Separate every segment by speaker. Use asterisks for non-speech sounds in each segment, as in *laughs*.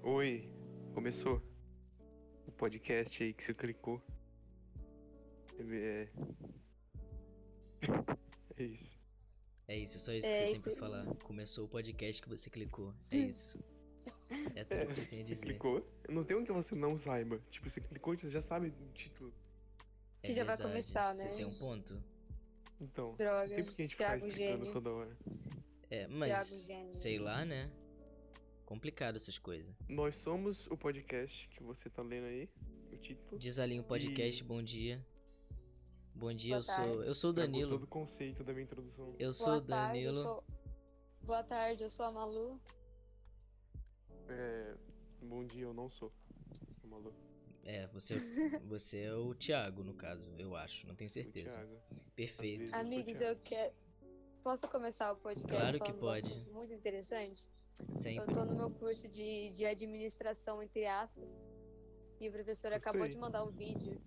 Speaker 1: foi. Começou o podcast aí que você clicou. É. É *laughs* isso.
Speaker 2: É isso, é só isso
Speaker 3: É
Speaker 2: que você tem
Speaker 3: isso
Speaker 2: pra
Speaker 3: aí. Hum.
Speaker 2: falar. Começou o podcast que você clicou. É isso. É tudo que você tem a
Speaker 1: Você
Speaker 2: dizer.
Speaker 1: clicou? Não tem um que você não saiba. Tipo, você clicou e você já sabe o título.
Speaker 2: É
Speaker 3: Que já vai
Speaker 2: verdade.
Speaker 3: começar,
Speaker 2: Você
Speaker 3: né?
Speaker 2: tem um ponto?
Speaker 1: Então,
Speaker 3: Droga.
Speaker 1: não tem porque a gente ficar
Speaker 3: Thiago
Speaker 1: explicando
Speaker 3: Gênio.
Speaker 1: toda hora.
Speaker 2: É,
Speaker 3: Thiago
Speaker 2: mas.
Speaker 3: Gênio.
Speaker 2: Sei lá, né? Complicado essas coisas.
Speaker 1: Nós somos o podcast que você tá lendo aí, o título.
Speaker 2: Desalinho um podcast, bom dia. Bom dia,
Speaker 3: Boa
Speaker 2: eu sou. Eu sou o
Speaker 1: Tragou
Speaker 2: Danilo.
Speaker 1: É, todo o conceito da minha introdução.
Speaker 2: Eu sou
Speaker 3: Boa
Speaker 2: o
Speaker 3: tarde, eu
Speaker 2: Danilo.
Speaker 3: sou. Boa tarde, eu sou a Malu.
Speaker 1: É, bom dia, eu não sou. Sou Maluco.
Speaker 2: É,
Speaker 3: *laughs*
Speaker 2: você, você é o Thiago, no caso, eu acho. Não tenho
Speaker 1: O
Speaker 2: certeza.
Speaker 1: Thiago.
Speaker 2: Perfeito.
Speaker 1: Eu sou
Speaker 3: Amigos,
Speaker 1: Thiago.
Speaker 3: eu quero. Posso começar o podcast
Speaker 2: Claro que
Speaker 3: falando
Speaker 2: pode.
Speaker 3: um assunto muito interessante? Eu
Speaker 2: Sempre.
Speaker 3: tô no meu curso de, de administração, entre aspas, e o professor
Speaker 1: Gostei.
Speaker 3: acabou de mandar um vídeo.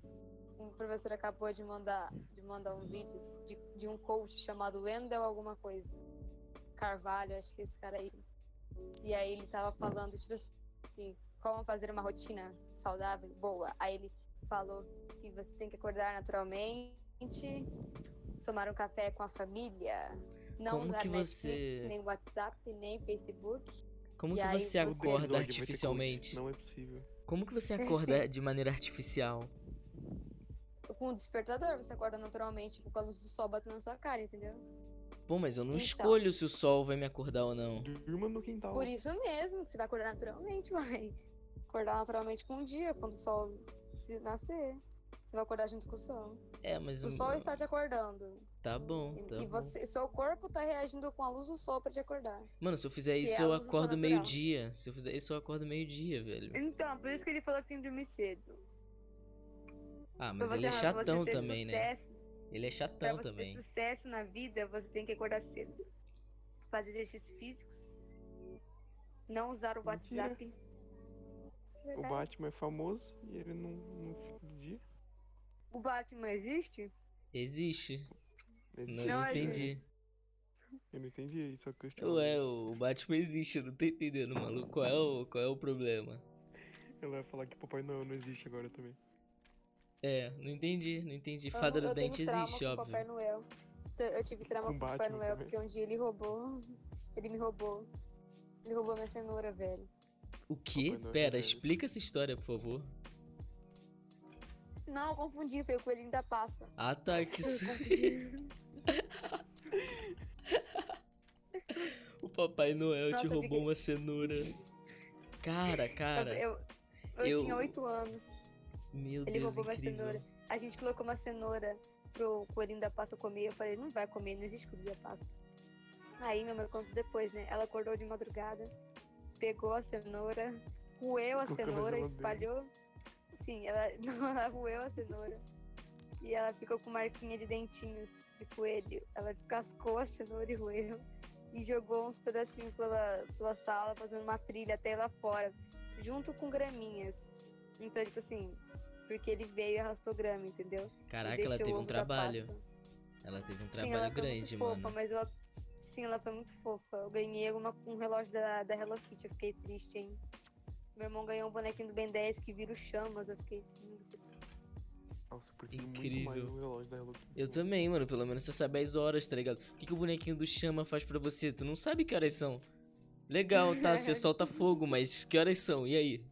Speaker 3: O professor acabou de mandar, de mandar um vídeo de, de um coach chamado Wendel alguma coisa. Carvalho, acho que é esse cara aí. E aí ele tava falando, tipo assim, como fazer uma rotina saudável, boa. Aí ele falou que você tem que acordar naturalmente, tomar um café com a família, não
Speaker 2: Como
Speaker 3: usar
Speaker 2: que
Speaker 3: Netflix,
Speaker 2: você-
Speaker 3: nem WhatsApp, nem Facebook.
Speaker 2: Como
Speaker 3: E
Speaker 2: que
Speaker 3: aí,
Speaker 2: você
Speaker 3: você-
Speaker 1: Todo episódio
Speaker 2: acorda
Speaker 1: vai ter coach.
Speaker 2: artificialmente?
Speaker 1: Não é possível.
Speaker 2: Como que
Speaker 3: *laughs*
Speaker 2: você acorda de maneira artificial?
Speaker 3: Com o despertador, você acorda naturalmente, tipo, com a luz do sol batendo na sua cara, entendeu?
Speaker 2: Pô, mas eu não
Speaker 3: Então.
Speaker 2: escolho se o sol vai me acordar ou não.
Speaker 1: Durma no quintal.
Speaker 3: Por isso mesmo que você vai acordar naturalmente, *laughs* mãe. Acordar naturalmente com o dia, quando o sol se nascer. Você vai acordar junto com o sol.
Speaker 2: É, mas
Speaker 3: O sol está te acordando.
Speaker 2: Tá bom,
Speaker 3: E-
Speaker 2: tá
Speaker 3: e
Speaker 2: bom.
Speaker 3: você, seu corpo está reagindo com a luz do sol para te acordar.
Speaker 2: Mano, se eu fizer
Speaker 3: que é
Speaker 2: isso,
Speaker 3: a
Speaker 2: eu
Speaker 3: luz do sol
Speaker 2: acordo
Speaker 3: natural.
Speaker 2: meio-dia. Se eu fizer isso, eu acordo meio-dia, velho.
Speaker 3: Então, por isso que ele falou que tem que dormir cedo.
Speaker 2: Ah,
Speaker 3: Pra
Speaker 2: mas ele
Speaker 3: você,
Speaker 2: é
Speaker 3: pra você
Speaker 2: chatão
Speaker 3: ter
Speaker 2: também, né?
Speaker 3: sucesso,
Speaker 2: Ele é
Speaker 3: Pra
Speaker 2: chatão
Speaker 3: você
Speaker 2: também.
Speaker 3: ter sucesso na vida, você tem que acordar cedo. Fazer exercícios físicos. Não usar o
Speaker 1: Mentira.
Speaker 3: WhatsApp.
Speaker 1: O Batman é famoso e ele não, não fica de dia.
Speaker 3: O Batman existe?
Speaker 2: Existe.
Speaker 1: Esse
Speaker 2: Não,
Speaker 1: dia
Speaker 3: Não,
Speaker 1: fica.
Speaker 2: entendi. é.
Speaker 1: Eu não entendi isso, só que eu estou.
Speaker 2: Ué, o Batman existe, eu não tô entendendo, maluco. Qual é o, qual é o problema?
Speaker 1: Ela vai falar que Papai Noel não existe agora também.
Speaker 2: É, não entendi, não entendi.
Speaker 3: Eu
Speaker 2: Fada
Speaker 3: não-
Speaker 2: do
Speaker 3: eu tenho
Speaker 2: Dente
Speaker 3: trauma
Speaker 2: existe,
Speaker 3: com o
Speaker 2: óbvio.
Speaker 3: Papai Noel. T- Eu tive trauma
Speaker 1: Com
Speaker 3: com o Papai
Speaker 1: Batman
Speaker 3: Noel,
Speaker 1: também.
Speaker 3: porque um dia ele roubou. Ele me roubou. Ele roubou minha cenoura, velho.
Speaker 2: O quê?
Speaker 1: Papai Noel
Speaker 2: Pera,
Speaker 1: existe.
Speaker 2: explica essa história, por favor.
Speaker 3: Não, eu confundi, foi o coelhinho
Speaker 2: *laughs*
Speaker 3: da Páscoa.
Speaker 2: Ah, tá,
Speaker 3: *laughs*
Speaker 2: que su- O Papai Noel te
Speaker 3: Nossa, eu
Speaker 2: roubou
Speaker 3: fiquei-
Speaker 2: uma cenoura. Cara, cara.
Speaker 3: eu, eu,
Speaker 2: eu-
Speaker 3: tinha oito anos.
Speaker 2: Meu
Speaker 3: Ele
Speaker 2: Deus,
Speaker 3: roubou uma
Speaker 2: incrível.
Speaker 3: cenoura. A gente colocou uma cenoura pro coelhinho da Páscoa comer. Eu falei, não vai comer, não existe coelhinho da Páscoa. Aí minha mãe contou depois, né? Ela acordou de madrugada, pegou a cenoura, roeu a
Speaker 1: Colocou na
Speaker 3: cenoura,
Speaker 1: geladeira.
Speaker 3: espalhou. Sim, ela, *laughs* não, ela roeu a cenoura. E ela ficou com marquinha de dentinhos de coelho. Ela descascou a cenoura e roeu. E jogou uns pedacinhos pela, pela sala, fazendo uma trilha até lá fora. Junto com graminhas. Então, tipo assim, porque ele veio e arrastou grama, entendeu? E
Speaker 2: Caraca, ela
Speaker 3: deixou o
Speaker 2: teve um
Speaker 3: ovo da
Speaker 2: trabalho.
Speaker 3: Páscoa.
Speaker 2: Ela teve um
Speaker 3: Sim, ela
Speaker 2: trabalho
Speaker 3: foi muito
Speaker 2: grande,
Speaker 3: fofa,
Speaker 2: mano.
Speaker 3: mas eu... Sim, ela foi muito fofa. Eu ganhei uma- um relógio da, da Hello Kitty, eu fiquei triste, hein? Meu irmão ganhou um bonequinho do Ben 10 que vira o chamas, eu fiquei... hum, decepcionada.
Speaker 1: Nossa, eu prefiro muito
Speaker 2: Incrível.
Speaker 1: mais o relógio da Hello Kitty.
Speaker 2: Eu também, mano. Pelo menos você sabe as horas, tá ligado? O que, que o bonequinho do chama faz pra você? Tu não sabe que horas são. Legal, tá?
Speaker 3: *laughs*
Speaker 2: Você solta fogo, mas que horas são? E aí?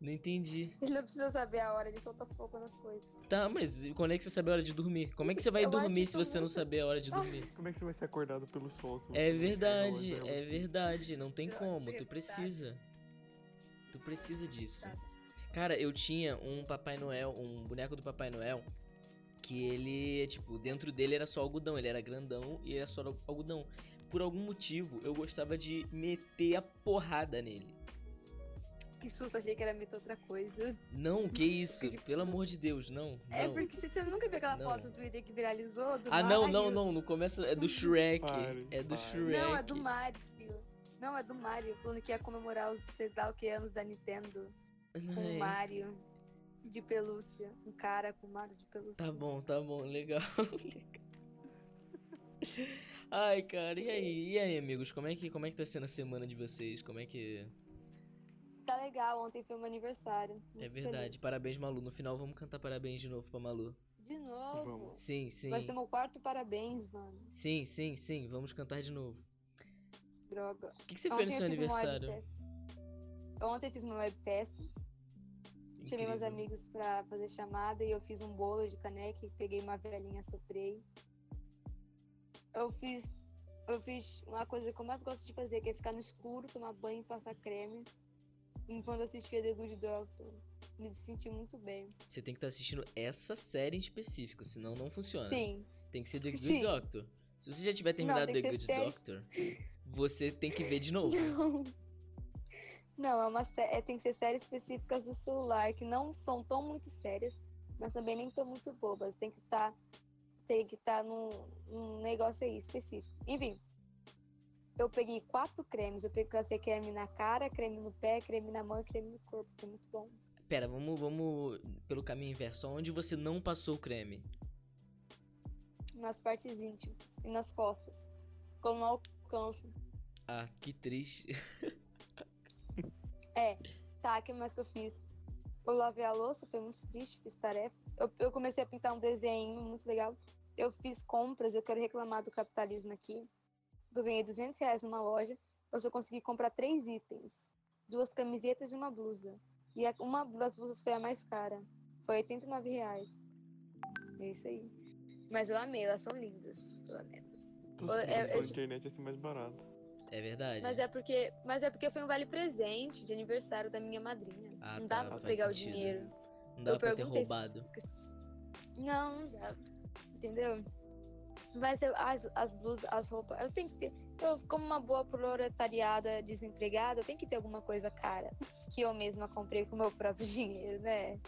Speaker 2: Não entendi.
Speaker 3: *laughs* Ele não precisa saber a hora, ele solta fogo nas coisas.
Speaker 2: Tá, mas quando é que você sabe a hora de dormir? Como é que você vai
Speaker 3: Eu acho
Speaker 2: dormir
Speaker 3: isso
Speaker 2: se você não
Speaker 3: muito- Ah,
Speaker 2: saber a hora
Speaker 3: *laughs*
Speaker 2: de dormir?
Speaker 1: Como é que você vai ser acordado pelo sol? se você
Speaker 2: É
Speaker 1: não tem
Speaker 2: verdade,
Speaker 1: relógio da Hello
Speaker 2: é
Speaker 1: Kitty?
Speaker 2: verdade. Não tem
Speaker 3: É
Speaker 2: como, tu
Speaker 3: verdade.
Speaker 2: precisa. Tu precisa disso.
Speaker 3: Tá.
Speaker 2: Cara, eu tinha um Papai Noel, um boneco do Papai Noel, que ele, tipo, dentro dele era só algodão, ele era grandão e era só algodão. Por algum motivo, eu gostava de meter a porrada nele.
Speaker 3: Que susto, achei que era mito outra coisa.
Speaker 2: Não, que isso,
Speaker 3: Porque-
Speaker 2: pelo amor de Deus, não.
Speaker 3: É
Speaker 2: não.
Speaker 3: porque você, você nunca viu aquela
Speaker 2: Não. né?
Speaker 3: foto do Twitter que viralizou do
Speaker 2: Ah, não,
Speaker 3: Mario?
Speaker 2: não, não, não começa. É do Shrek.
Speaker 1: Pare,
Speaker 2: É do
Speaker 1: pare.
Speaker 2: Shrek.
Speaker 3: Não, é do Mario. Não, é do Mario, falando que ia comemorar os sei lá o que anos da Nintendo. Com
Speaker 2: Ai,
Speaker 3: o Mario de pelúcia. Um cara com o Mario de pelúcia.
Speaker 2: Tá bom, tá bom,
Speaker 3: *laughs*
Speaker 2: legal. Ai, é? cara, e aí? E aí, amigos? Como é que, como é que tá sendo a semana de vocês? Como é que.
Speaker 3: Tá legal, ontem foi meu aniversário.
Speaker 2: É
Speaker 3: Muito
Speaker 2: verdade.
Speaker 3: feliz.
Speaker 2: Parabéns, Malu. No final vamos cantar parabéns de novo pra Malu.
Speaker 3: De novo.
Speaker 1: Vamos.
Speaker 2: Sim, sim.
Speaker 3: Vai ser meu quarto parabéns, mano.
Speaker 2: Sim, sim, sim. Vamos cantar de novo.
Speaker 3: Droga.
Speaker 2: O que, que você fez no seu
Speaker 3: fiz um uma
Speaker 2: aniversário?
Speaker 3: webfest. Ontem eu fiz uma webfest. Chamei meus
Speaker 2: Incrível.
Speaker 3: amigos pra fazer chamada e eu fiz um bolo de caneca e peguei uma velhinha, soprei. Eu fiz, eu fiz uma coisa que eu mais gosto de fazer, que é ficar no escuro, tomar banho e passar creme. Enquanto eu assistia The Good Doctor, me senti muito bem.
Speaker 2: Você tem que estar assistindo essa série em específico, senão não funciona.
Speaker 3: Sim,
Speaker 2: Tem que ser The Good
Speaker 3: Sim.
Speaker 2: Doctor. Se você já tiver terminado
Speaker 3: tem
Speaker 2: The
Speaker 3: que ser
Speaker 2: Good
Speaker 3: série.
Speaker 2: Doctor, você tem que ver de
Speaker 3: *laughs*
Speaker 2: novo.
Speaker 3: não. Não, é uma sé- é, tem que ser séries específicas do celular, que não são tão muito sérias, mas também nem tão muito bobas. Tem que estar tem que estar num, num negócio aí específico. Enfim, eu peguei quatro cremes. Eu peguei passei creme na cara, creme no pé, creme na mão e creme no corpo. Foi muito bom.
Speaker 2: Pera, vamos, vamos pelo caminho inverso. Onde você não passou o creme?
Speaker 3: Nas partes íntimas e nas costas. Como ao cancho.
Speaker 2: Ah, que triste.
Speaker 3: Tá, o que mais que eu fiz? Eu lavei a louça, foi muito triste, fiz tarefa. Eu, eu comecei a pintar um desenho muito legal. Eu fiz compras, eu quero reclamar do capitalismo aqui. Eu ganhei 200 reais numa loja, eu só consegui comprar três itens. Duas camisetas e uma blusa. E a- uma das blusas foi a mais cara. Foi 89 reais. É isso aí. Mas eu amei, elas são lindas, planetas.
Speaker 1: Tudo
Speaker 3: é-
Speaker 1: que passou
Speaker 3: é-
Speaker 1: na internet é ser mais barato. *laughs*
Speaker 2: É verdade.
Speaker 3: Mas é porque, mas é porque foi um vale presente de aniversário da minha madrinha.
Speaker 2: Ah,
Speaker 3: Não
Speaker 2: tá,
Speaker 3: dá pra
Speaker 2: faz
Speaker 3: pegar o
Speaker 2: sentido. né?
Speaker 3: dinheiro.
Speaker 2: Não dá
Speaker 3: eu
Speaker 2: pra ter
Speaker 3: perguntei se-
Speaker 2: roubado.
Speaker 3: Não, não dá. Entendeu? Mas eu, as, as blusas, as roupas, eu tenho que ter. Eu, como uma boa proletariada desempregada, eu tenho que ter alguma coisa cara. Que eu mesma comprei com meu próprio *laughs* dinheiro, né?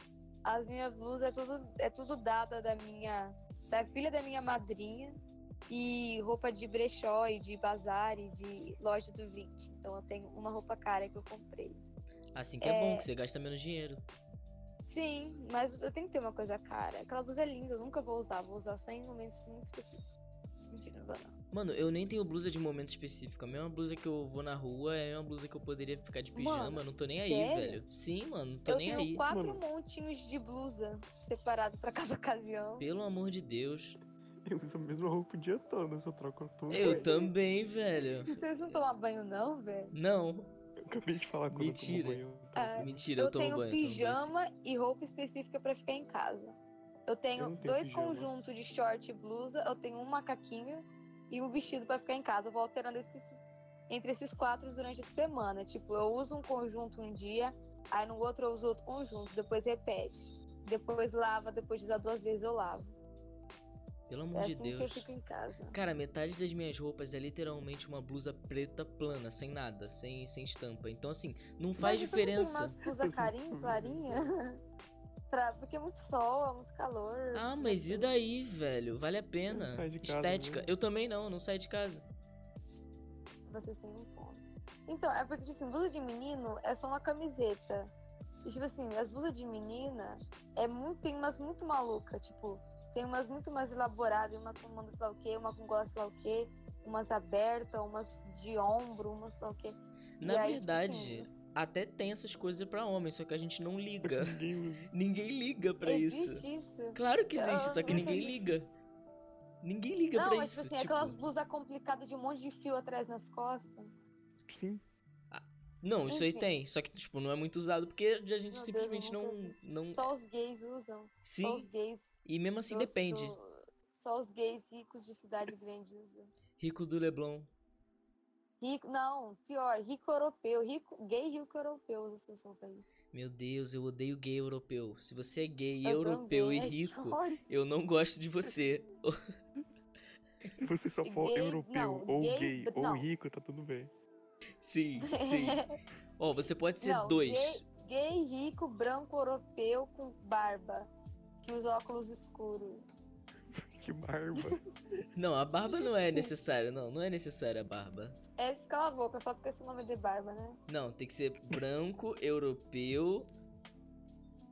Speaker 3: As minhas blusas é tudo, é tudo dada da minha. da filha da minha madrinha. E roupa de brechó e de bazar e de loja do 20. Então eu tenho uma roupa cara que eu comprei.
Speaker 2: Assim que é, bom, que você gasta menos dinheiro.
Speaker 3: Sim, mas eu tenho que ter uma coisa cara. Aquela blusa é linda, eu nunca vou usar. Vou usar só em momentos muito específicos. Mentira, não vou não.
Speaker 2: Mano, eu nem tenho blusa de momento específico. A mesma blusa que eu vou na rua é a mesma blusa que eu poderia ficar de pijama.
Speaker 3: Mano,
Speaker 2: não tô nem aí,
Speaker 3: sério?
Speaker 2: velho. Sim, mano, não tô
Speaker 3: eu
Speaker 2: nem
Speaker 3: tenho
Speaker 2: aí.
Speaker 3: quatro
Speaker 1: Mano.
Speaker 3: montinhos de blusa separado pra cada ocasião.
Speaker 2: Pelo amor de Deus.
Speaker 1: Eu uso a mesma roupa o dia todo, eu só troco tudo.
Speaker 2: Eu também, velho.
Speaker 3: Vocês não tomam banho, não, velho?
Speaker 2: Não.
Speaker 1: Eu acabei de falar quando
Speaker 2: Mentira.
Speaker 1: eu tomo banho. eu
Speaker 3: Ah,
Speaker 1: troco.
Speaker 2: Mentira, eu, então, tomo
Speaker 3: Eu tenho
Speaker 2: banho. eu tomo banho, sim.
Speaker 3: pijama e roupa específica pra ficar em casa. Eu tenho,
Speaker 1: não tenho
Speaker 3: dois
Speaker 1: pijama.
Speaker 3: conjuntos de short e blusa, eu tenho um macaquinho e um vestido pra ficar em casa. Eu vou alterando esses, entre esses quatro durante a semana. Tipo, eu uso um conjunto um dia, aí no outro eu uso outro conjunto, depois repete. Depois lava, depois de usar duas vezes eu lavo.
Speaker 2: Pelo
Speaker 3: É
Speaker 2: amor de
Speaker 3: assim que eu
Speaker 2: Deus.
Speaker 3: fico em casa.
Speaker 2: Cara, metade das minhas roupas é literalmente uma blusa preta plana, sem nada, sem, sem estampa. Então, assim, não faz
Speaker 3: Mas você Não tem
Speaker 2: diferença.
Speaker 3: umas blusa
Speaker 2: *laughs*
Speaker 3: carinho, clarinha? pra, porque é muito sol, é muito calor.
Speaker 2: Ah,
Speaker 3: precisa
Speaker 2: mas e
Speaker 3: ter-
Speaker 2: daí, velho? Vale a pena.
Speaker 1: sai de casa né?
Speaker 2: Estética.
Speaker 1: mesmo.
Speaker 2: Eu também não, não saio de casa.
Speaker 3: Vocês têm um ponto. Então, é porque, tipo assim, blusa de menino é só uma camiseta. E, tipo assim, as blusas de menina é muito, tem umas muito maluca, tipo, tem umas muito mais elaboradas, uma com manga sei lá o quê, uma com gola sei lá o quê, umas abertas, umas de ombro, umas sei lá o quê. E
Speaker 2: Na
Speaker 3: aí, tipo
Speaker 2: verdade,
Speaker 3: assim,
Speaker 2: até tem essas coisas pra homem, só que a gente não liga. *laughs*
Speaker 1: Ninguém usa.
Speaker 2: ninguém liga pra isso.
Speaker 3: existe isso.
Speaker 2: Claro que existe,
Speaker 3: Eu
Speaker 2: só que
Speaker 3: não
Speaker 2: ninguém
Speaker 3: sei.
Speaker 2: liga. Ninguém liga
Speaker 3: Não,
Speaker 2: pra
Speaker 3: mas,
Speaker 2: isso.
Speaker 3: tipo assim, aquelas blusas complicadas de um monte de fio atrás nas costas.
Speaker 1: Sim,
Speaker 2: Não, isso aí
Speaker 3: Enfim.
Speaker 2: tem, só que tipo não é muito usado porque a gente
Speaker 3: Deus, eu
Speaker 2: simplesmente
Speaker 3: nunca
Speaker 2: não não
Speaker 3: Só os gays usam. Só
Speaker 2: Hum. sim.
Speaker 3: os gays.
Speaker 2: E mesmo assim
Speaker 3: dos-
Speaker 2: depende.
Speaker 3: do- Só os gays ricos de cidade grande usam.
Speaker 2: Rico do Leblon.
Speaker 3: Rico, não, pior, rico europeu, rico, gay rico europeu usa essa sopa aí.
Speaker 2: Meu Deus, eu odeio gay europeu. Se você é gay
Speaker 3: Eu
Speaker 2: europeu
Speaker 3: também, é
Speaker 2: e
Speaker 3: ai, que
Speaker 2: rico,
Speaker 3: ódio.
Speaker 2: eu não gosto de você.
Speaker 1: você só
Speaker 3: E
Speaker 1: for
Speaker 3: gay-
Speaker 1: europeu,
Speaker 3: não,
Speaker 1: ou
Speaker 3: gay-
Speaker 1: gay, ou
Speaker 3: não.
Speaker 1: rico, tá tudo bem.
Speaker 2: Sim,
Speaker 3: *laughs*
Speaker 2: sim. Ó, você pode ser
Speaker 3: Não,
Speaker 2: dois.
Speaker 3: Gay, gay rico, branco europeu com barba, que usa óculos escuros.
Speaker 1: Que barba.
Speaker 2: *laughs* Não, a barba não é
Speaker 3: Sim.
Speaker 2: necessária, não. Não é necessária a barba.
Speaker 3: É, isso cala a boca, só porque esse nome é de barba, né?
Speaker 2: Não, tem que ser branco, europeu.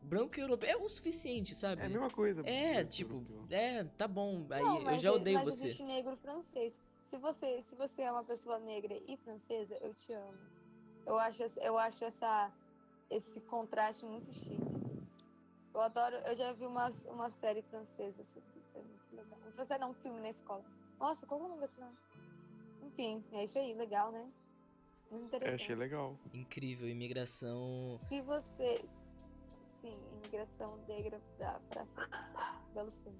Speaker 2: Branco e europeu é o suficiente, sabe?
Speaker 1: É a mesma coisa.
Speaker 2: É,
Speaker 1: branco,
Speaker 2: tipo,
Speaker 1: europeu.
Speaker 2: é, tá bom. Aí
Speaker 3: não,
Speaker 2: eu
Speaker 3: mas,
Speaker 2: já
Speaker 3: e-
Speaker 2: odeio
Speaker 3: mas
Speaker 2: você.
Speaker 3: existe negro francês. Se você, se você é uma pessoa negra e francesa, eu te amo. Eu acho, essa- eu acho essa esse contraste muito chique. Eu adoro, eu já vi uma, uma série francesa sobre isso, é muito legal. Uma série não, um filme na escola. Nossa, como é o nome daquilo? Enfim, é isso aí, legal, né? Muito
Speaker 1: Eu
Speaker 3: interessante.
Speaker 1: É, achei legal.
Speaker 2: Incrível, imigração.
Speaker 3: Se vocês. Sim, imigração negra da, pra França. Belo filme.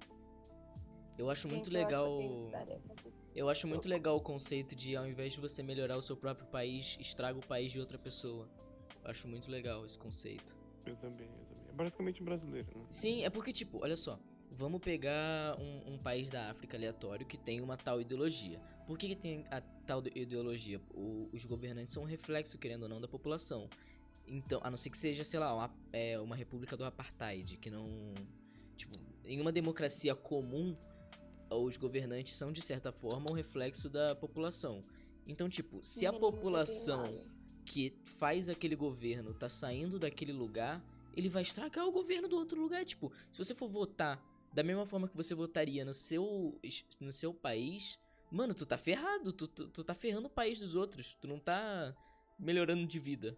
Speaker 2: Eu acho muito
Speaker 3: Gente, eu
Speaker 2: legal.
Speaker 3: acho que é, eu tenho tarefa aqui.
Speaker 2: Eu acho muito legal o conceito de ao invés de você melhorar o seu próprio país, estraga o país de outra pessoa. Eu acho muito legal esse conceito.
Speaker 1: Eu também, eu também. É basicamente brasileiro, né?
Speaker 2: Sim, é porque, tipo, olha só. Vamos pegar um, um país da África aleatório que tem uma tal ideologia. Por que, que tem a tal de- ideologia? O- os governantes são um reflexo, querendo ou não, da população. Então, a não ser que seja, sei lá, uma, é, uma república do apartheid, que não. Tipo, em uma democracia comum, os governantes são, de certa forma, um reflexo da população. Então, tipo, se a
Speaker 3: Menino, você é tem
Speaker 2: população
Speaker 3: imagem.
Speaker 2: que faz aquele governo tá saindo daquele lugar, ele vai estragar o governo do outro lugar. Tipo, se você for votar da mesma forma que você votaria no seu, es- no seu país, mano, tu tá ferrado. Tu, tu, tu tá ferrando o país dos outros. Tu não tá melhorando de vida.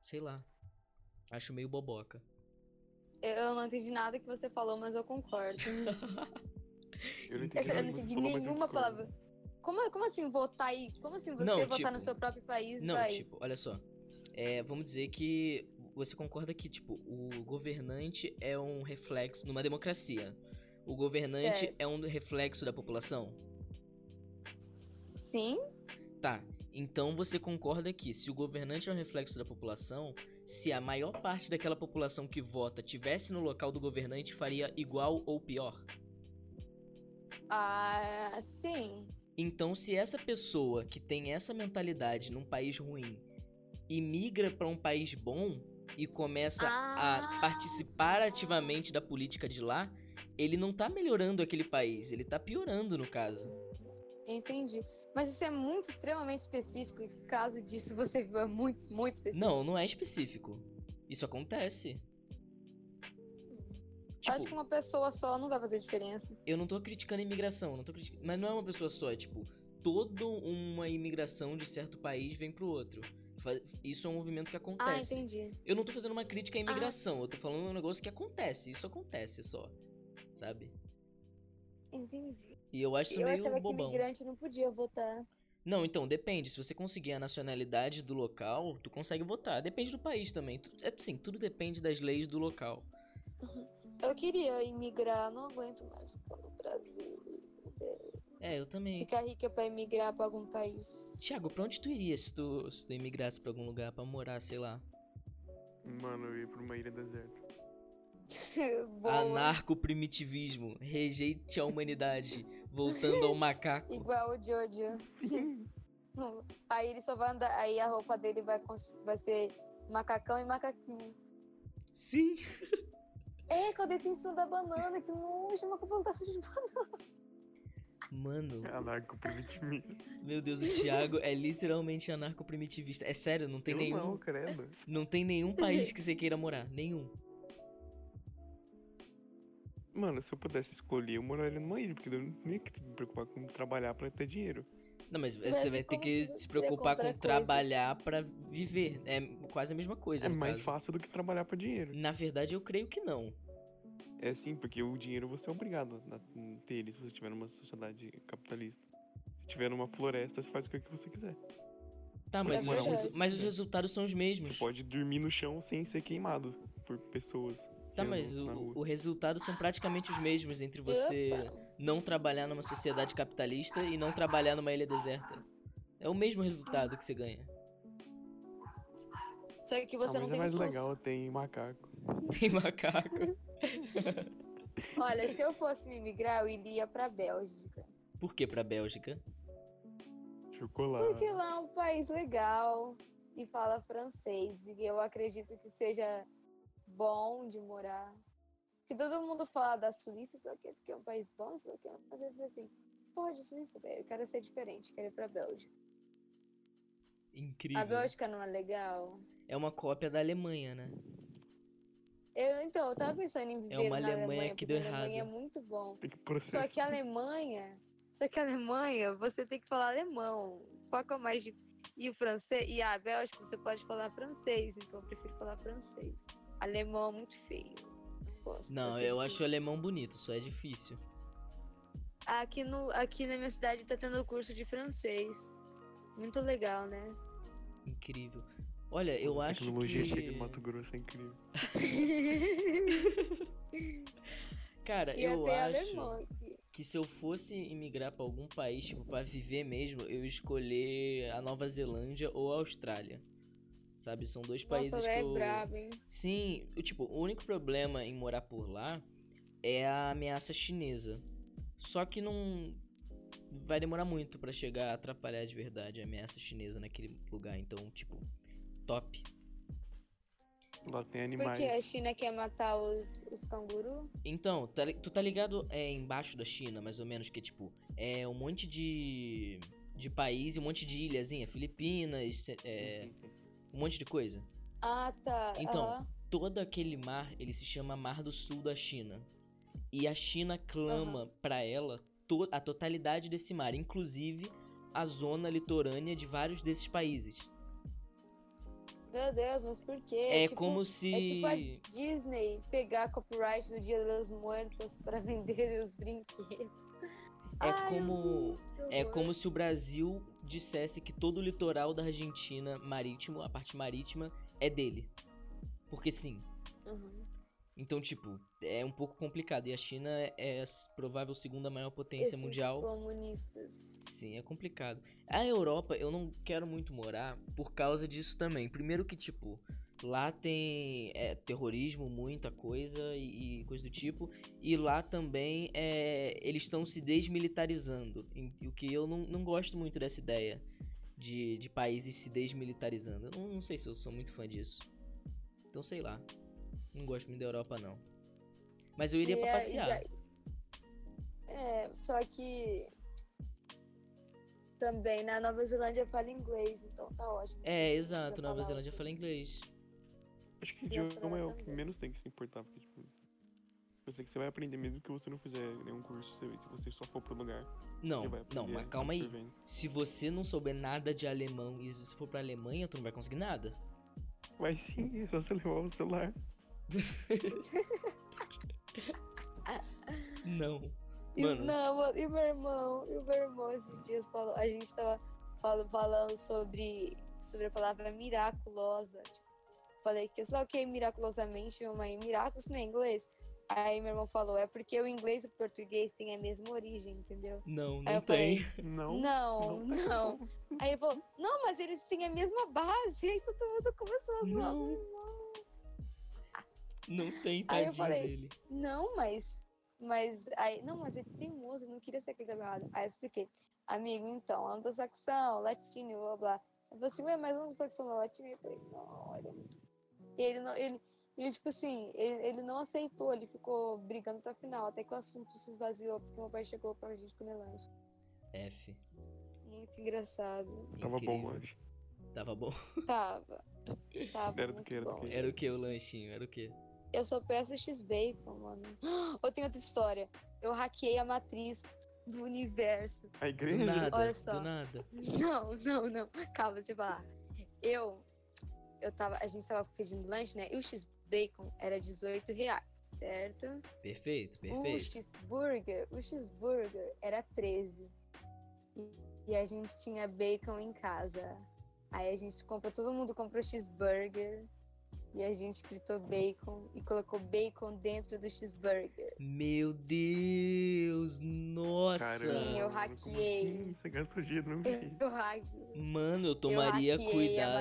Speaker 2: Sei lá. Acho meio boboca.
Speaker 3: Eu eu não entendi nada que você falou, mas
Speaker 2: *laughs*
Speaker 3: eu concordo.
Speaker 1: Eu não
Speaker 3: Eu
Speaker 1: entendi,
Speaker 3: sério, eu
Speaker 1: nada que
Speaker 3: não
Speaker 1: você
Speaker 3: entendi
Speaker 1: falou, mas eu
Speaker 3: nenhuma
Speaker 1: discordo.
Speaker 3: palavra. Como, como assim votar aí? Como assim você
Speaker 2: Não,
Speaker 3: votar
Speaker 2: tipo-
Speaker 3: no seu próprio país
Speaker 2: Não,
Speaker 3: vai?
Speaker 2: tipo, olha só. É, vamos dizer que você concorda que, tipo, o governante é um reflexo numa democracia. O governante
Speaker 3: Certo.
Speaker 2: é um reflexo da população?
Speaker 3: Sim,
Speaker 2: Tá. Então você concorda que se o governante é um reflexo da população, se a maior parte daquela população que vota tivesse no local do governante, faria igual ou pior?
Speaker 3: ah, sim.
Speaker 2: Então, se essa pessoa que tem essa mentalidade num país ruim e migra pra um país bom e começa Tá, a
Speaker 3: Ah.
Speaker 2: participar ativamente da política de lá, ele não tá melhorando aquele país, ele tá piorando no caso.
Speaker 3: Entendi. Mas isso é muito extremamente específico. E que caso disso você viu é muito, muito específico.
Speaker 2: Não, não é específico. Isso acontece.
Speaker 3: Eu Acho que
Speaker 2: Tipo,
Speaker 3: uma pessoa só não vai fazer diferença.
Speaker 2: eu não tô criticando a imigração, não tô critic... mas não é uma pessoa só, é tipo, toda uma imigração de certo país vem pro outro. Fa- Isso é um movimento que
Speaker 3: Ah,
Speaker 2: acontece.
Speaker 3: entendi. Ah.
Speaker 2: Eu não tô fazendo uma crítica à imigração, eu tô falando um negócio que acontece, isso acontece só, sabe?
Speaker 3: Entendi.
Speaker 2: E eu acho isso
Speaker 3: eu
Speaker 2: meio
Speaker 3: achava que
Speaker 2: bobão.
Speaker 3: imigrante não podia votar.
Speaker 2: Não, então, depende. Se você conseguir a nacionalidade do local, tu consegue votar. Depende do país também. Tu- É assim, tudo depende das leis do local.
Speaker 3: Eu queria imigrar, não aguento mais ficar no Brasil.
Speaker 2: É, eu também.
Speaker 3: Ficar rica pra imigrar pra algum país. *laughs*
Speaker 2: Tiago, pra onde tu iria se tu, se tu imigrasse pra algum lugar pra morar, sei lá?
Speaker 1: Mano, eu ia pra uma ilha *laughs* deserta.
Speaker 3: Boa.
Speaker 2: Anarco-primitivismo. Rejeite a humanidade. Voltando ao macaco.
Speaker 3: Igual o
Speaker 1: *laughs*
Speaker 3: Jojo. Não, aí ele só vai andar. Aí a roupa dele vai, cons- vai ser macacão e macaquinho.
Speaker 2: Sim.
Speaker 3: É, com a detenção da banana, que nojo, uma plantação de banana.
Speaker 2: Mano,
Speaker 1: Caraca, o primitivismo.
Speaker 2: meu Deus, o Thiago é literalmente anarco-primitivista. É sério, não tem
Speaker 1: Eu
Speaker 2: nenhum.
Speaker 1: não, credo.
Speaker 2: Não tem nenhum país que
Speaker 3: *laughs*
Speaker 2: você queira morar. Nenhum.
Speaker 1: Mano, se eu pudesse escolher, eu moraria numa ilha, porque eu não ia que me preocupar com trabalhar pra ter dinheiro.
Speaker 2: Não, mas,
Speaker 3: Mas
Speaker 2: você
Speaker 3: e
Speaker 2: vai ter
Speaker 3: como
Speaker 2: que
Speaker 3: que você
Speaker 2: se preocupar com
Speaker 3: compra
Speaker 2: trabalhar pra viver. É quase a mesma coisa.
Speaker 1: É
Speaker 2: no
Speaker 1: mais
Speaker 2: caso.
Speaker 1: fácil do que trabalhar pra dinheiro.
Speaker 2: Na verdade, eu creio que não.
Speaker 1: É sim, porque o dinheiro você é obrigado a ter ele se você estiver numa sociedade capitalista. Se tiver numa floresta, você faz o que você quiser.
Speaker 2: Tá, mas,
Speaker 3: É
Speaker 2: os,
Speaker 3: verdade.
Speaker 2: resu- mas os resultados são os
Speaker 1: Você
Speaker 2: mesmos.
Speaker 1: pode dormir no chão sem ser queimado por pessoas.
Speaker 2: Tá,
Speaker 1: andam
Speaker 2: mas
Speaker 1: na
Speaker 2: o,
Speaker 1: rua.
Speaker 2: o resultado são praticamente os mesmos entre você
Speaker 3: Opa.
Speaker 2: não trabalhar numa sociedade capitalista e não trabalhar numa ilha deserta. É o mesmo resultado que você ganha. *laughs*
Speaker 3: Só que
Speaker 1: Ah,
Speaker 3: você não
Speaker 1: mas
Speaker 3: tem
Speaker 1: é mais
Speaker 3: SUS.
Speaker 1: legal, tem macaco.
Speaker 2: Tem macaco.
Speaker 3: Olha, se eu fosse me migrar, eu iria pra Bélgica.
Speaker 2: Por que pra Bélgica?
Speaker 1: Chocolate.
Speaker 3: Porque lá é um país legal e fala francês. E eu acredito que seja bom de morar. Porque todo mundo fala da Suíça, só que é porque é um país bom, só que é um país assim. Porra de Suíça, velho. Eu quero ser diferente, quero ir pra Bélgica.
Speaker 2: Incrível.
Speaker 3: A Bélgica não é legal?
Speaker 2: É uma cópia da Alemanha, né?
Speaker 3: Eu, então, eu tava pensando em viver
Speaker 2: É uma
Speaker 3: na
Speaker 2: Alemanha
Speaker 3: Alemanha,
Speaker 2: que
Speaker 3: porque
Speaker 2: deu
Speaker 3: a Alemanha
Speaker 2: errado.
Speaker 3: é muito bom.
Speaker 1: Tem que
Speaker 3: Só
Speaker 1: processar.
Speaker 3: que a Alemanha, só que a Alemanha, você tem que falar alemão. Qual que é o mais dif- E o francês, e a Bélgica, você pode falar francês, então eu prefiro falar francês. Alemão é muito feio. Não, gosto,
Speaker 2: Não,
Speaker 3: francês
Speaker 2: eu
Speaker 3: é
Speaker 2: acho o
Speaker 3: difícil.
Speaker 2: alemão bonito, só é difícil.
Speaker 3: Aqui, no, aqui na minha cidade tá tendo curso de francês. Muito legal, né? *laughs*
Speaker 2: Incrível. Olha, eu
Speaker 1: a
Speaker 2: acho que.
Speaker 1: tecnologia chega no Mato Grosso, é incrível.
Speaker 2: Cara,
Speaker 3: e
Speaker 2: eu
Speaker 3: até
Speaker 2: acho
Speaker 3: alemão aqui.
Speaker 2: que se eu fosse imigrar pra algum país, tipo, pra viver mesmo, eu ia escolher a Nova Zelândia ou a Austrália. Sabe, são dois países tipo
Speaker 3: Nossa, ela
Speaker 2: que
Speaker 3: é
Speaker 2: eu...
Speaker 3: braba, hein?
Speaker 2: Sim, o tipo, o único problema em morar por lá é a ameaça chinesa. Só que não vai demorar muito pra chegar a atrapalhar de verdade a ameaça chinesa naquele lugar, então, tipo, top.
Speaker 1: Lá tem
Speaker 3: Por
Speaker 1: animais.
Speaker 3: que a China quer matar os, os canguru?
Speaker 2: Então, tá li- tu tá ligado é embaixo da China, mais ou menos, que é tipo, é um monte de de país e um monte de ilhazinha, Filipinas, se- é, um monte de coisa.
Speaker 3: Ah, tá.
Speaker 2: Então,
Speaker 3: aham.
Speaker 2: todo aquele mar, ele se chama Mar do Sul da China. E a China clama pra ela to- a totalidade desse mar, inclusive a zona litorânea de vários desses países.
Speaker 3: Meu Deus, mas por quê?
Speaker 2: É,
Speaker 3: tipo,
Speaker 2: como se
Speaker 3: É tipo a Disney pegar copyright do Dia dos Mortos pra vender *laughs* os brinquedos.
Speaker 2: É
Speaker 3: Ai,
Speaker 2: como-
Speaker 3: que
Speaker 2: é
Speaker 3: horror.
Speaker 2: como se o Brasil dissesse que todo o litoral da Argentina marítimo, a parte marítima é dele. Porque sim.
Speaker 3: Uhum.
Speaker 2: Então, tipo, é um pouco complicado. E a China é a s- provável segunda maior potência
Speaker 3: Esses
Speaker 2: mundial.
Speaker 3: comunistas.
Speaker 2: Sim, é complicado. A Europa eu não quero muito morar por causa disso também. Primeiro que, tipo, lá tem é, terrorismo, muita coisa e, e coisa do tipo. E lá também é, eles estão se desmilitarizando. em- O que eu não, não gosto muito dessa ideia de, de países se desmilitarizando. Eu não, não sei se eu sou muito fã disso. Então sei lá. Não gosto muito da Europa, não. Mas eu iria
Speaker 3: E
Speaker 2: pra
Speaker 3: a- e
Speaker 2: passear.
Speaker 3: já- É, só que também na Nova Zelândia fala inglês, então tá ótimo.
Speaker 2: É,
Speaker 3: Se você
Speaker 2: exato.
Speaker 3: quiser
Speaker 2: Nova
Speaker 3: falar
Speaker 2: Zelândia
Speaker 3: outro-
Speaker 2: fala inglês.
Speaker 1: Acho que
Speaker 3: E
Speaker 1: idioma é
Speaker 3: astronauta
Speaker 1: o que
Speaker 3: também.
Speaker 1: menos tem que se importar, porque, tipo, eu sei que você vai aprender mesmo que você não fizer nenhum curso, você- se você só for pro lugar,
Speaker 2: Não,
Speaker 1: você vai
Speaker 2: não,
Speaker 1: aprender
Speaker 2: mas calma aí.
Speaker 1: absorvendo.
Speaker 2: Se você não souber nada de alemão e se for pra Alemanha, tu não vai conseguir nada.
Speaker 1: Vai sim, é só você levar o celular.
Speaker 2: Não.
Speaker 3: E,
Speaker 2: Mano.
Speaker 3: Não, e meu irmão, e meu irmão esses dias falou, a gente tava falo- falando sobre, sobre a palavra miraculosa. Tipo, falei que eu sei lá o que é miraculosamente, minha mãe, miraculous não é inglês? Aí meu irmão falou, é porque o inglês e o português têm a mesma origem, entendeu?
Speaker 2: Não,
Speaker 3: Aí
Speaker 2: não
Speaker 3: eu
Speaker 2: tem.
Speaker 1: Não,
Speaker 3: Não, não.
Speaker 1: tem
Speaker 3: Aí ele falou, não, mas eles têm a mesma base. Aí todo mundo começou a zoar.
Speaker 2: Não.
Speaker 3: meu irmão.
Speaker 2: Não tem,
Speaker 3: Aí eu
Speaker 2: tadinho
Speaker 3: falei-
Speaker 2: dele.
Speaker 3: Não, mas. Mas aí. Não, mas ele tem música, não queria ser aquele cabelo errado. Aí eu expliquei. Amigo, então, anglo-saxão, latino, blá blá. Eu falei assim, ué, mas anglo-saxão não é latino? Eu falei, não, olha. E ele não. Ele, ele, tipo assim, ele, ele não aceitou, ele ficou brigando até o final, até que o assunto se esvaziou, porque meu pai chegou pra gente comer lanche.
Speaker 2: F.
Speaker 3: Muito engraçado.
Speaker 1: Tava bom,
Speaker 2: Incrível.
Speaker 1: acho.
Speaker 2: Tava bom.
Speaker 3: Tava. Tava.
Speaker 1: Era do
Speaker 3: muito
Speaker 1: que, era do
Speaker 3: bom.
Speaker 1: que.
Speaker 2: Era o que o lanchinho? Era o que?
Speaker 3: Eu só peço X-Bacon, mano. *gasps* Eu tenho outra história. Eu hackeei a matriz do universo.
Speaker 1: A
Speaker 2: Do
Speaker 1: igreja?
Speaker 2: nada.
Speaker 3: Olha só.
Speaker 2: Do nada.
Speaker 3: Não, não, não. Calma, deixa eu falar. Eu, eu tava, a gente tava pedindo lanche, né? E o X-Bacon era 18 reais, certo?
Speaker 2: Perfeito,
Speaker 3: O
Speaker 2: perfeito.
Speaker 3: X-Burger, o X-Burger era 13. E, e a gente tinha bacon em casa. Aí a gente comprou, todo mundo comprou X-Burger. E a gente fritou bacon e colocou bacon dentro do
Speaker 2: *laughs*
Speaker 3: X-Burger.
Speaker 2: Meu Deus. Nossa.
Speaker 1: Caramba,
Speaker 3: Sim, eu
Speaker 1: como
Speaker 3: hackeei.
Speaker 1: assim? Você gastou dinheiro no meio.
Speaker 3: Eu hackei.
Speaker 2: Mano, eu
Speaker 3: eu
Speaker 2: tomaria
Speaker 3: hackeei A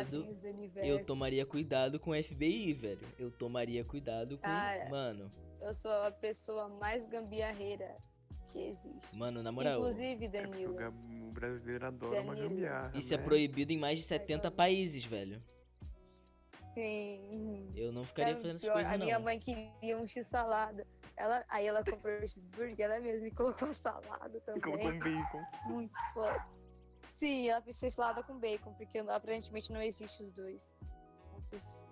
Speaker 2: cuidado.
Speaker 3: matriz do universo.
Speaker 2: Eu tomaria cuidado com o FBI, velho. Eu tomaria cuidado com.
Speaker 3: Cara.
Speaker 2: Mano,
Speaker 3: Eu sou a pessoa mais gambiarreira que existe.
Speaker 2: mano, na moral.
Speaker 3: Inclusive,
Speaker 1: É porque o
Speaker 3: Danilo.
Speaker 1: gab- o brasileiro adora uma
Speaker 3: Danilo.
Speaker 1: gambiarra.
Speaker 2: Isso é
Speaker 1: né?
Speaker 2: proibido em mais de 70
Speaker 3: Agora-
Speaker 2: países, velho.
Speaker 3: Sim.
Speaker 2: Eu não ficaria
Speaker 3: Sabe o
Speaker 2: fazendo essas
Speaker 3: pior?
Speaker 2: coisas,
Speaker 3: A minha
Speaker 2: não.
Speaker 3: mãe queria um x-salada. Ela, aí ela comprou o x-burger, ela mesma e colocou a salada também.
Speaker 1: Colocou um bacon.
Speaker 3: Muito foda. Sim, ela fez salada com bacon, porque aparentemente não existe os dois. Os-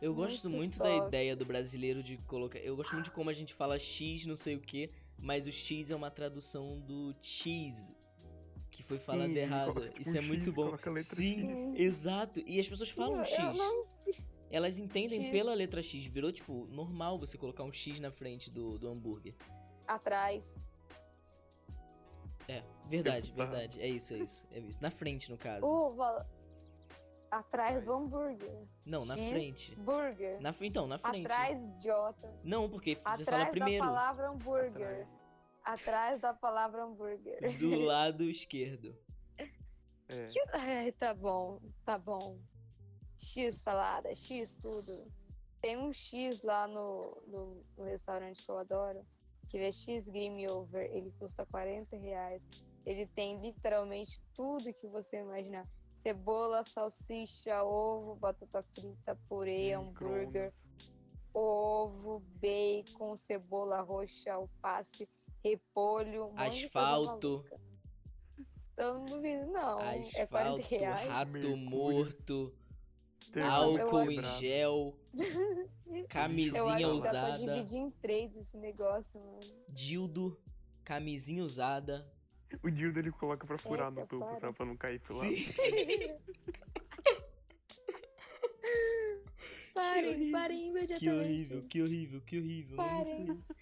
Speaker 2: Eu gosto
Speaker 3: é Muito
Speaker 2: muito da
Speaker 3: top.
Speaker 2: ideia do brasileiro de colocar. Eu gosto muito de como a gente fala X, não sei o que, mas o X é uma tradução do cheese. Que foi falado
Speaker 1: Sim,
Speaker 2: errado.
Speaker 1: coloca, tipo,
Speaker 2: Isso é
Speaker 1: um
Speaker 2: muito
Speaker 1: X,
Speaker 2: bom.
Speaker 1: coloca a letra
Speaker 2: Sim,
Speaker 3: X.
Speaker 2: exato. E as pessoas falam um X.
Speaker 3: Eu não
Speaker 2: Elas entendem
Speaker 3: X.
Speaker 2: pela letra X. Virou, tipo, normal você colocar um X na frente do, do hambúrguer.
Speaker 3: atrás.
Speaker 2: É, verdade,
Speaker 1: Tá.
Speaker 2: verdade. É isso, é isso. É isso. Na frente, no caso.
Speaker 3: Uva. Atrás do hambúrguer.
Speaker 2: Não, na
Speaker 3: X,
Speaker 2: frente.
Speaker 3: Burger.
Speaker 2: Na, fr- então, na frente.
Speaker 3: Atrás, idiota.
Speaker 2: Não, porque você fala
Speaker 3: Atrás da
Speaker 2: primeiro.
Speaker 3: palavra hambúrguer. Atrás da palavra hambúrguer.
Speaker 2: Do lado
Speaker 3: *laughs*
Speaker 2: esquerdo.
Speaker 1: É.
Speaker 3: Ai, tá bom, tá bom. X salada, X tudo. Tem um X lá no, no, no restaurante que eu adoro, que ele é X Game Over, ele custa 40 reais. Ele tem literalmente tudo que você imaginar. Cebola, salsicha, ovo, batata frita, purê,
Speaker 1: Micro-ondas.
Speaker 3: hambúrguer, ovo, bacon, cebola roxa, alface, repolho, um monte de coisa
Speaker 2: Asfalto.
Speaker 3: maluca. Então, Eu não duvido, não. é 40
Speaker 2: Asfalto,
Speaker 3: reais.
Speaker 2: rato
Speaker 1: Mercúrio.
Speaker 2: morto,
Speaker 1: Tem
Speaker 3: eu
Speaker 2: álcool
Speaker 3: acho-
Speaker 2: em
Speaker 1: quebrar.
Speaker 3: *laughs*
Speaker 2: gel,
Speaker 3: Eu acho
Speaker 2: camisinha
Speaker 3: que dá pra
Speaker 2: usada,
Speaker 3: dividir em três esse negócio, mano.
Speaker 2: dildo, camisinha usada.
Speaker 1: O dildo ele coloca pra furar
Speaker 3: Eita,
Speaker 1: no topo,
Speaker 3: para.
Speaker 1: sabe? Pra não cair pro lado.
Speaker 3: Parem,
Speaker 2: horrível.
Speaker 3: parem
Speaker 2: *laughs* Que
Speaker 3: imediatamente.
Speaker 2: horrível, que horrível, que horrível.
Speaker 3: Parem.
Speaker 2: Não gostei.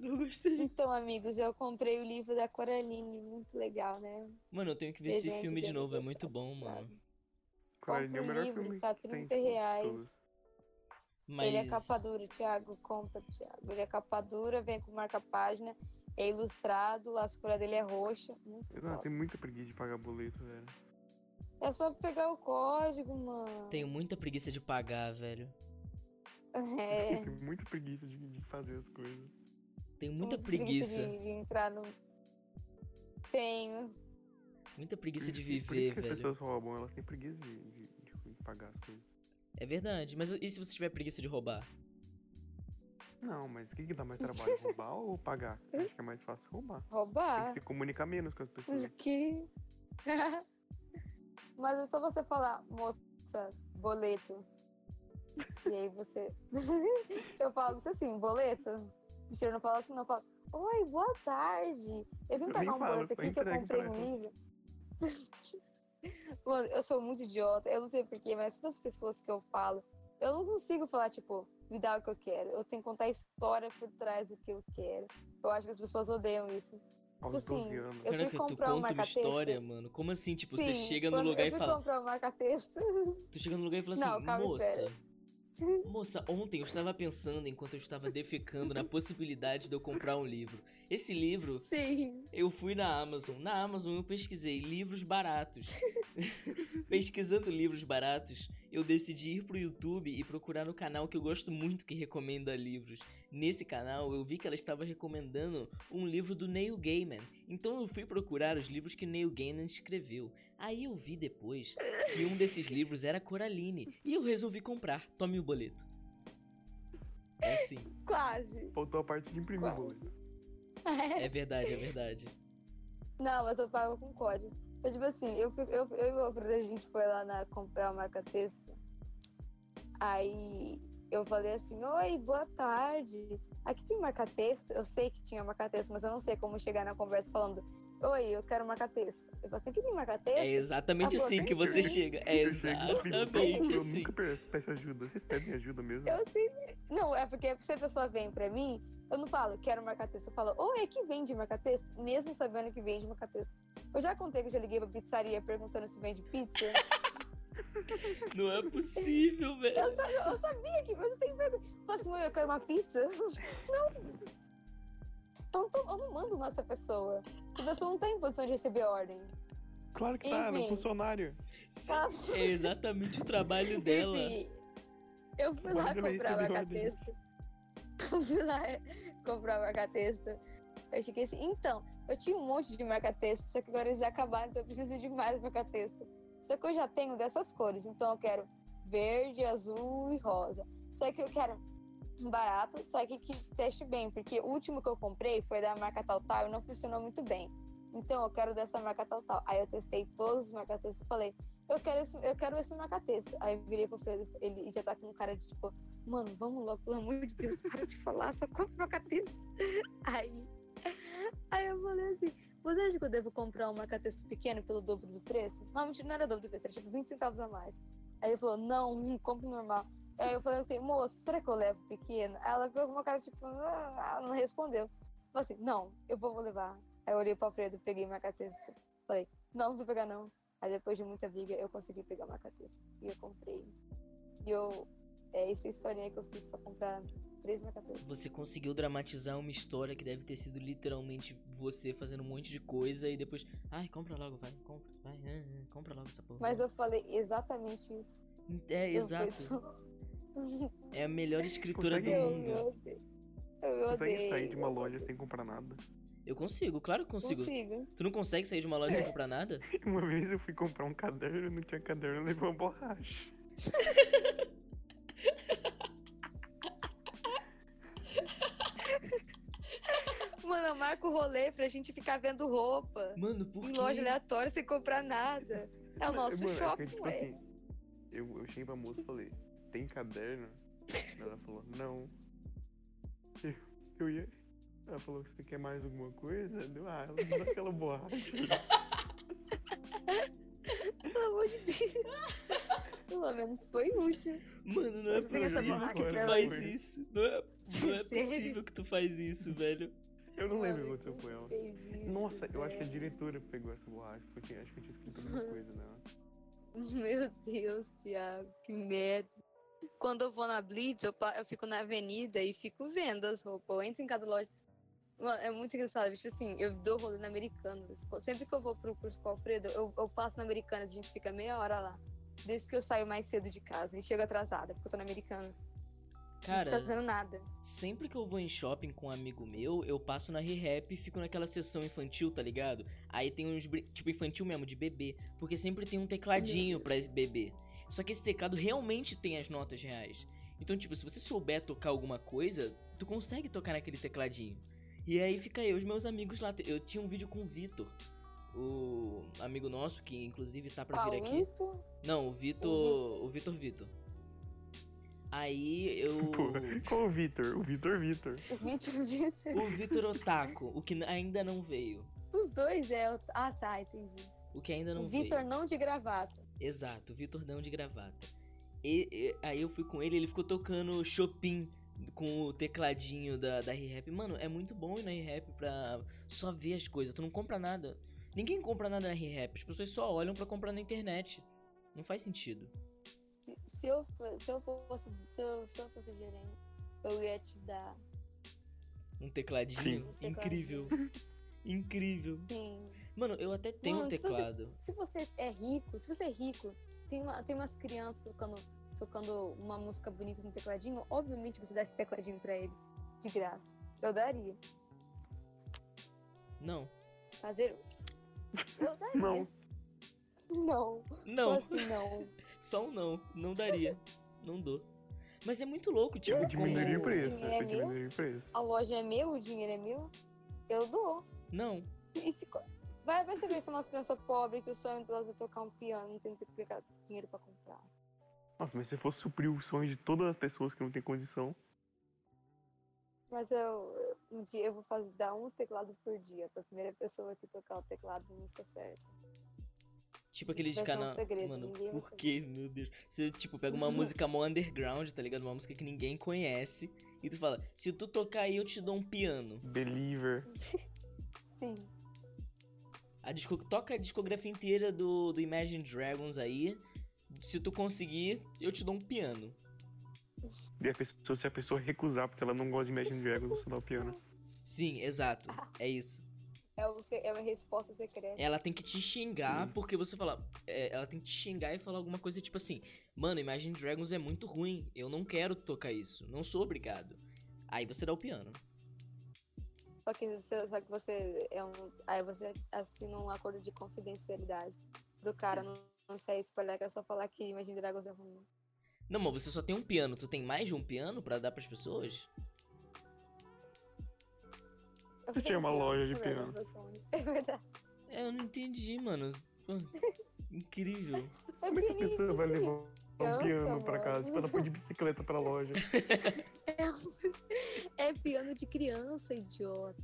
Speaker 2: Não gostei.
Speaker 3: Então, amigos, eu comprei o livro da Coraline, muito legal, né?
Speaker 2: Mano, eu tenho que ver esse
Speaker 3: Presente
Speaker 2: filme
Speaker 3: de
Speaker 2: de novo, é muito
Speaker 3: aniversário,
Speaker 2: bom, mano.
Speaker 1: Claro, ele
Speaker 3: Compre
Speaker 1: é o
Speaker 3: o
Speaker 1: melhor
Speaker 3: livro,
Speaker 1: filme
Speaker 3: tá
Speaker 1: que tem,
Speaker 3: 30 reais.
Speaker 1: todos.
Speaker 2: Mas
Speaker 3: Ele é capa dura, Thiago, compra, Thiago. Ele é capa dura, vem com marca-página, é ilustrado, a cores dele é roxa, muito
Speaker 1: Eu, não,
Speaker 3: top.
Speaker 1: tem muita preguiça de pagar boleto, velho.
Speaker 3: É só pegar o código, mano.
Speaker 2: tenho muita preguiça de pagar, velho.
Speaker 3: *laughs* É.
Speaker 1: *laughs* Eu tenho muita preguiça de, de fazer as coisas.
Speaker 2: Tenho muita
Speaker 3: Muito
Speaker 2: preguiça.
Speaker 3: de, de entrar no. Tenho.
Speaker 2: Muita preguiça
Speaker 1: *laughs*
Speaker 2: de
Speaker 1: Por isso
Speaker 2: viver,
Speaker 1: que as
Speaker 2: velho.
Speaker 1: pessoas roubam, elas têm preguiça de, de, de pagar as coisas.
Speaker 2: É verdade. Mas e se você tiver preguiça de roubar?
Speaker 1: Não, mas o que, que dá mais trabalho?
Speaker 3: *laughs*
Speaker 1: roubar ou pagar?
Speaker 3: Hum?
Speaker 1: Acho que é mais fácil roubar. Tem que
Speaker 3: Roubar.
Speaker 1: se comunicar menos com as pessoas.
Speaker 3: O quê? *laughs* Mas é só você falar, moça, boleto. E aí você. *laughs* eu falo isso assim, boleto. Mentira, eu não falo assim, não. Eu falo, oi, boa tarde. Eu vim
Speaker 1: Eu
Speaker 3: pagar
Speaker 1: nem
Speaker 3: um
Speaker 1: falo,
Speaker 3: boleto
Speaker 1: só
Speaker 3: aqui que eu
Speaker 1: entrego
Speaker 3: comprei
Speaker 1: pra
Speaker 3: um
Speaker 1: ela.
Speaker 3: livro. *laughs* Mano, eu sou muito idiota. Eu não sei porquê, mas todas as pessoas que eu falo, eu não consigo falar, tipo, me dá o que eu quero. Eu tenho que contar a história por trás do que eu quero. Eu acho que as pessoas odeiam isso.
Speaker 1: Aos
Speaker 3: tipo assim,
Speaker 1: 12 anos.
Speaker 3: eu- fui
Speaker 2: Caraca, tu
Speaker 3: comprar um
Speaker 2: conta uma
Speaker 3: marca-texto.
Speaker 2: história, mano. Como assim? Tipo, você
Speaker 3: Sim,
Speaker 2: chega no
Speaker 3: quando
Speaker 2: lugar
Speaker 3: eu
Speaker 2: e
Speaker 3: fui
Speaker 2: fala.
Speaker 3: comprar um marca-texto.
Speaker 2: Tu chega no lugar e fala
Speaker 3: Não,
Speaker 2: assim,
Speaker 3: calma,
Speaker 2: moça.
Speaker 3: espera." *laughs*
Speaker 2: Moça, ontem eu estava pensando, enquanto eu estava defecando, na possibilidade de eu comprar um livro. Esse livro,
Speaker 3: *laughs* Sim.
Speaker 2: eu fui na Amazon. Na Amazon eu pesquisei livros baratos. Pesquisando livros baratos, eu decidi ir pro YouTube e procurar no canal que eu gosto muito que recomenda livros. Nesse canal eu vi que ela estava recomendando um livro do Neil Gaiman. Então eu fui procurar os livros que Neil Gaiman escreveu. Aí eu vi depois que um desses livros era Coraline e eu resolvi comprar. Tome o boleto. É assim,
Speaker 3: Quase.
Speaker 1: Faltou a parte de imprimir o
Speaker 3: Qual?
Speaker 1: boleto.
Speaker 2: é verdade, é verdade.
Speaker 3: Não, mas eu pago com código. Eu, tipo assim, eu, fui- eu, eu e o Alfredo, a gente foi lá na, comprar o marca-texto. Aí eu falei assim, oi, boa tarde. Aqui tem marca-texto? Eu sei que tinha marca-texto, mas eu não sei como chegar na conversa falando, oi, eu quero marca-texto. Eu falei assim, aqui tem marca-texto?
Speaker 2: É exatamente
Speaker 3: Amor,
Speaker 2: assim que
Speaker 3: vem
Speaker 2: você
Speaker 3: aqui.
Speaker 2: chega. É
Speaker 1: Eu chego e fico,
Speaker 2: exatamente
Speaker 1: eu
Speaker 2: assim.
Speaker 1: nunca peço peço ajuda. Vocês pedem ajuda mesmo?
Speaker 3: Eu sempre. Não, é porque se a pessoa vem pra mim, eu não falo, quero marcar texto. Eu falo, ou é que vende marcar texto, mesmo sabendo que vende marcar texto. Eu já contei que eu já liguei pra pizzaria perguntando se vende pizza.
Speaker 2: Não é possível, velho.
Speaker 3: eu, sa- eu sabia que, mas eu tenho vergonha. Eu falo assim, oi, eu quero uma pizza. *laughs* Não. Eu não, tô, eu não mando nessa pessoa. A pessoa não tá em posição de receber ordem.
Speaker 1: Claro que tá, era um
Speaker 3: Enfim.
Speaker 1: funcionário.
Speaker 3: Sabe?
Speaker 2: É exatamente o trabalho dela.
Speaker 3: Enfim, eu fui lá
Speaker 1: Manda aí,
Speaker 3: comprar o
Speaker 1: Sibeli.
Speaker 3: marca-texto. *laughs* Eu fui lá comprar o marca-texto. Eu cheguei assim, então, eu tinha um monte de marca-texto, só que agora eles acabaram, então eu preciso de mais marca-texto. Só que eu já tenho dessas cores, então eu quero verde, azul e rosa. Só que eu quero barato, só que que teste bem, porque o último que eu comprei foi da marca tal tal e não funcionou muito bem. Então eu quero dessa marca tal tal. Aí eu testei todos os marca-textos e falei, eu quero esse, eu quero esse marca-texto. Aí eu virei pro Fredo, ele já tá com cara de tipo, mano, vamos logo, pelo amor de *laughs* Deus, para de falar, só compra o marca-texto. Aí, aí eu falei assim, Você acha que eu devo comprar um marca-texto pequeno pelo dobro do preço? Não, mentira, não era dobro do preço, era tipo 20 centavos a mais. Aí ele falou, não, hum, compra normal. Aí eu falei, ok, moço, será que eu levo pequeno? Aí ela pegou uma cara, tipo, ah, não respondeu. Falei assim, não, eu vou levar. Aí eu olhei pro Alfredo, peguei marca-texto. Falei, não, não vou pegar não. Aí depois de muita briga, eu consegui pegar marca-texto. E eu comprei. E eu... É essa historinha que eu fiz pra comprar três marca-textos.
Speaker 2: Você conseguiu dramatizar uma história que deve ter sido literalmente você fazendo um monte de coisa e depois. Ai, compra logo, vai, compra, vai, ah, ah, compra logo essa porra.
Speaker 3: Mas eu falei exatamente isso.
Speaker 2: É,
Speaker 3: Eu
Speaker 2: exato.
Speaker 3: falei-
Speaker 2: É a
Speaker 3: *laughs*
Speaker 2: melhor escritora do
Speaker 1: Consegue-
Speaker 3: Eu me
Speaker 2: mundo.
Speaker 3: odeio. Eu me
Speaker 1: Consegue
Speaker 3: odeio.
Speaker 1: sair de uma loja sem comprar nada? *laughs*
Speaker 2: Eu consigo, claro que consigo.
Speaker 3: Consigo. É.
Speaker 2: Tu não consegue sair de uma loja sem comprar nada?
Speaker 1: Uma vez eu fui comprar um caderno, não tinha caderno, eu levei uma borracha.
Speaker 3: Mano, eu marco o rolê pra gente ficar vendo roupa.
Speaker 2: Mano, por
Speaker 3: Em
Speaker 2: quê?
Speaker 3: loja né? aleatória sem comprar nada. É o nosso
Speaker 1: Mano, é
Speaker 3: shopping,
Speaker 1: que, tipo
Speaker 3: ué.
Speaker 1: assim, eu, eu cheguei pra moça e falei, tem
Speaker 3: *laughs*
Speaker 1: caderno? Ela falou, não. Eu, eu ia. Ela falou, você quer mais alguma coisa? Deu, ah, ela me dá
Speaker 3: *laughs*
Speaker 1: aquela borracha.
Speaker 3: Pelo amor de Deus. *laughs* Pelo menos foi útil.
Speaker 2: Mano, não é
Speaker 3: Você tem essa
Speaker 2: possível
Speaker 3: borracha
Speaker 2: que tu
Speaker 3: até
Speaker 2: faz
Speaker 1: hoje.
Speaker 2: isso. Não é, não é
Speaker 3: Sério?
Speaker 2: possível que tu faz isso, velho.
Speaker 1: Eu não
Speaker 3: Mano,
Speaker 1: lembro o que aconteceu
Speaker 3: quem
Speaker 1: com ela.
Speaker 3: Fez isso,
Speaker 1: Nossa, eu acho que a
Speaker 3: velho.
Speaker 1: diretora pegou essa borracha, porque acho que eu tinha escrito alguma coisa nela.
Speaker 3: *laughs* Meu Deus, Thiago, que merda. Quando eu vou na Blitz, eu, pa- eu fico na avenida e fico vendo as roupas. Eu entro em cada loja. Mano, é muito engraçado. Tipo assim, eu dou rolê na Americanas. Co- Sempre que eu vou pro curso com o Alfredo, eu, eu passo na Americanas. A gente fica meia hora lá. Desde que eu saio mais cedo de casa e chego atrasada, porque eu tô na Americanas.
Speaker 2: Cara,
Speaker 3: não tô fazendo nada.
Speaker 2: Sempre que eu vou em shopping com um amigo meu, eu passo na ReHap e fico naquela sessão infantil, tá ligado? Aí tem uns. brin- Tipo, infantil mesmo, de bebê. Porque sempre tem um tecladinho
Speaker 3: Deus.
Speaker 2: pra esse bebê. Só que esse teclado realmente tem as notas reais. Então, tipo, se você souber tocar alguma coisa, tu consegue tocar naquele tecladinho. E aí fica eu, os meus amigos lá. Eu tinha um vídeo com o Vitor, o amigo nosso, que inclusive tá pra vir aqui.
Speaker 3: Paulito,
Speaker 2: Não, o Vitor. O Vitor Vitor. Aí
Speaker 3: *laughs*
Speaker 2: eu.
Speaker 1: Pô, qual o Vitor? O Vitor Vitor.
Speaker 3: Vitor, Vitor. *laughs*
Speaker 2: O Vitor Otaku, o que n- ainda não veio.
Speaker 3: Os dois é. o- Ah, tá, entendi.
Speaker 2: O que ainda não
Speaker 3: O Vitor
Speaker 2: veio.
Speaker 3: não de gravata.
Speaker 2: Exato, o Vitor não de gravata. E, e- aí eu fui com ele, ele ficou tocando Chopin com o tecladinho da, da ReHap. Mano, é muito bom ir na ReHap pra só ver as coisas. Tu não compra nada. Ninguém compra nada na ReHap. As pessoas só olham pra comprar na internet. Não faz sentido.
Speaker 3: Se, se eu, fo- se, eu fosse, se, eu, se eu fosse gerente, eu ia te dar.
Speaker 2: Um tecladinho
Speaker 3: Um tecladinho.
Speaker 2: incrível. incrível.
Speaker 3: Sim.
Speaker 2: Mano, eu até tenho um
Speaker 3: Mano, se você-
Speaker 2: teclado.
Speaker 3: Se você é rico, se você é rico, tem, uma, tem umas crianças tocando, tocando uma música bonita no tecladinho, obviamente você dá esse tecladinho pra eles, de graça. Eu daria.
Speaker 2: Não.
Speaker 3: Fazer. Eu daria.
Speaker 1: Não.
Speaker 3: Não.
Speaker 2: Não.
Speaker 3: Tipo assim, não.
Speaker 2: Só um não, não daria. não dou. Mas é muito louco, tipo,
Speaker 3: Eu
Speaker 1: Diminuiria o
Speaker 2: como-
Speaker 1: preço.
Speaker 3: Dinheiro é
Speaker 1: Eu
Speaker 3: meu?
Speaker 1: diminuiria o preço.
Speaker 3: A loja é meu, o dinheiro é meu, eu dou.
Speaker 2: Não.
Speaker 3: E se co- vai, vai saber se é umas crianças pobres que o sonho delas é tocar um piano, não tem que ter dinheiro pra comprar.
Speaker 1: Nossa, mas se eu fosse suprir os sonhos de todas as pessoas que não têm condição,
Speaker 3: Mas eu, um dia eu vou fazer, dar um teclado por dia pra primeira pessoa que tocar o teclado na música certa. *laughs*
Speaker 2: Tipo aquele de
Speaker 3: Vai ser um
Speaker 2: canal.
Speaker 3: segredo,
Speaker 2: Mano,
Speaker 3: ninguém vai Uhum.
Speaker 2: por que, meu Deus? Você, tipo, pega uma música mó underground, tá ligado? Uma música que ninguém conhece. E tu fala, se tu tocar aí, eu te dou um piano.
Speaker 1: believer.
Speaker 3: Sim.
Speaker 2: A disco... Toca a discografia inteira do, do Imagine Dragons aí. Se tu conseguir, eu te dou um piano.
Speaker 1: E a pessoa, se a pessoa recusar porque ela não gosta de Imagine Dragons, você dá o piano.
Speaker 2: Sim, exato.
Speaker 3: Ah.
Speaker 2: É isso.
Speaker 3: É, o, se- é uma resposta secreta.
Speaker 2: Ela tem que te xingar
Speaker 1: Hum.
Speaker 2: porque você fala. é, ela tem que te xingar e falar alguma coisa tipo assim: Mano, Imagine Dragons é muito ruim. Eu não quero tocar isso. Não sou obrigado. Aí você dá o piano.
Speaker 3: Só que você, só que você é um. Aí você assina um acordo de confidencialidade pro cara não, não sair espalhar, que é só falar que Imagine Dragons é ruim.
Speaker 2: Não, mas você só tem um piano. Tu tem mais de um piano pra dar pras pessoas?
Speaker 3: Eu
Speaker 1: Você
Speaker 3: sei que é
Speaker 1: tinha uma
Speaker 3: piano,
Speaker 1: loja de
Speaker 3: não é
Speaker 1: piano.
Speaker 3: versão única. É verdade.
Speaker 2: É, eu não entendi, mano. Pô, Incrível.
Speaker 3: É
Speaker 1: Como é que a
Speaker 3: pianinho
Speaker 1: pessoa
Speaker 3: de
Speaker 1: vai levar
Speaker 3: criança,
Speaker 1: um piano pra casa? Tipo, ela foi de bicicleta pra loja.
Speaker 3: *laughs* É, um- é piano de criança, idiota.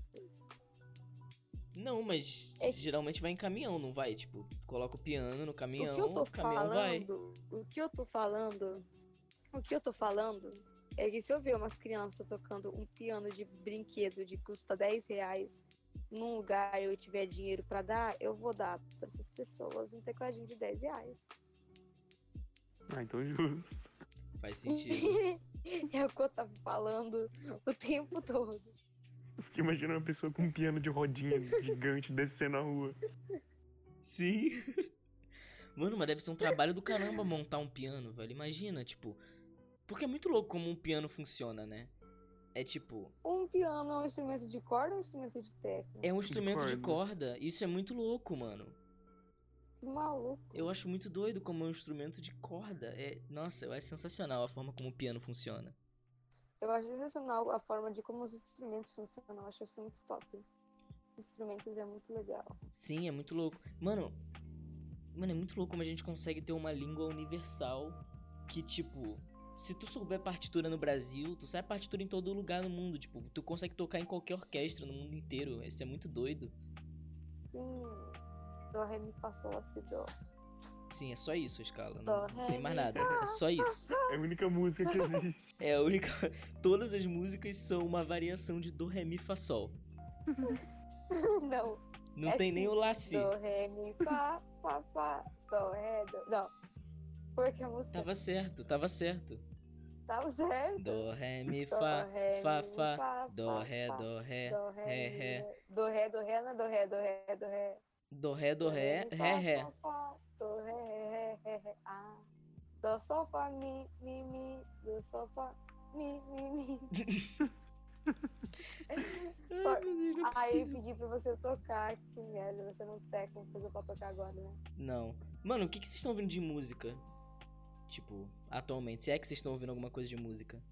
Speaker 2: Não, mas
Speaker 3: É-
Speaker 2: geralmente vai em caminhão, não vai? Tipo, tu coloca o piano no caminhão,
Speaker 3: o que eu tô
Speaker 2: o caminhão vai.
Speaker 3: falando, o que eu tô falando, o que eu tô falando é que se eu ver umas crianças tocando um piano de brinquedo de custa 10 reais num lugar e eu tiver dinheiro pra dar, eu vou dar pra essas pessoas um tecladinho de 10 reais.
Speaker 1: Ah, então justo.
Speaker 2: Faz
Speaker 3: *laughs*
Speaker 2: sentido.
Speaker 3: é o que eu tava falando o tempo todo.
Speaker 1: Porque imagina uma pessoa com um piano de
Speaker 3: *laughs*
Speaker 1: rodinha gigante descendo a rua.
Speaker 2: Sim. Mano, mas deve ser um trabalho do caramba montar um piano, velho. Imagina, tipo. Porque é muito louco como um piano funciona, né? É tipo,
Speaker 3: Um piano é um instrumento de corda ou um instrumento de tecla?
Speaker 2: é um instrumento de
Speaker 1: corda.
Speaker 2: corda. Isso é muito louco, mano.
Speaker 3: Que maluco.
Speaker 2: Eu acho muito doido como é um instrumento de corda. É, nossa, eu acho sensacional a forma como o piano funciona.
Speaker 3: Eu acho sensacional a forma de como os instrumentos funcionam. Eu acho isso muito top. Instrumentos é muito legal.
Speaker 2: Sim, é muito louco. Mano, mano, é muito louco como a gente consegue ter uma língua universal que tipo, se tu souber partitura no Brasil, tu sabe partitura em todo lugar no mundo, tipo, tu consegue tocar em qualquer orquestra no mundo inteiro. Isso é muito doido.
Speaker 3: Sim. Dó, ré, mi, fá, sol, lá, si, dó.
Speaker 2: Sim, é só isso a escala,
Speaker 3: Dó,
Speaker 2: não
Speaker 3: ré,
Speaker 2: tem mais
Speaker 3: mi,
Speaker 2: nada. É só isso.
Speaker 1: É a única música que existe.
Speaker 2: É a única. *laughs* Todas as músicas são uma variação de do ré mi fá sol.
Speaker 3: *laughs* Não.
Speaker 2: Não
Speaker 3: É
Speaker 2: tem nem
Speaker 3: sim,
Speaker 2: o lá si.
Speaker 3: Dó, ré, mi, fá, fá, fá. Dó, ré, dó. Não. Como é que é a música? tá
Speaker 2: Tava certo, tava certo.
Speaker 3: Tava certo?
Speaker 2: Dó, ré, mi,
Speaker 3: Dó,
Speaker 2: fá.
Speaker 3: ré,
Speaker 2: fá,
Speaker 3: mi,
Speaker 2: fá,
Speaker 3: fá,
Speaker 2: Dó,
Speaker 3: fá,
Speaker 2: ré,
Speaker 3: fá.
Speaker 2: dó, ré.
Speaker 3: Dó, ré,
Speaker 2: ré,
Speaker 3: mi,
Speaker 2: ré.
Speaker 3: Dó, ré, dó, ré, não é dó, ré, dó, ré, dó, ré.
Speaker 2: Dó, ré, dó, ré,
Speaker 3: mi,
Speaker 2: ré,
Speaker 3: fá,
Speaker 2: ré.
Speaker 3: fá, fá. Dó, ré, ré, ré, ré, ré. Ah. Dó, sol, fá, mi, mi, mi. Dó, sol, fá, mi, mi,
Speaker 2: *laughs*
Speaker 3: mi. É
Speaker 2: Ai, meu Deus, não é
Speaker 3: Aí eu
Speaker 2: possível.
Speaker 3: pedi pra você tocar, que merda, você não tem como coisa pra tocar agora, né?
Speaker 2: Não. Mano, o que, que vocês estão ouvindo de música? Tipo, atualmente. Se é que vocês estão ouvindo alguma coisa de música.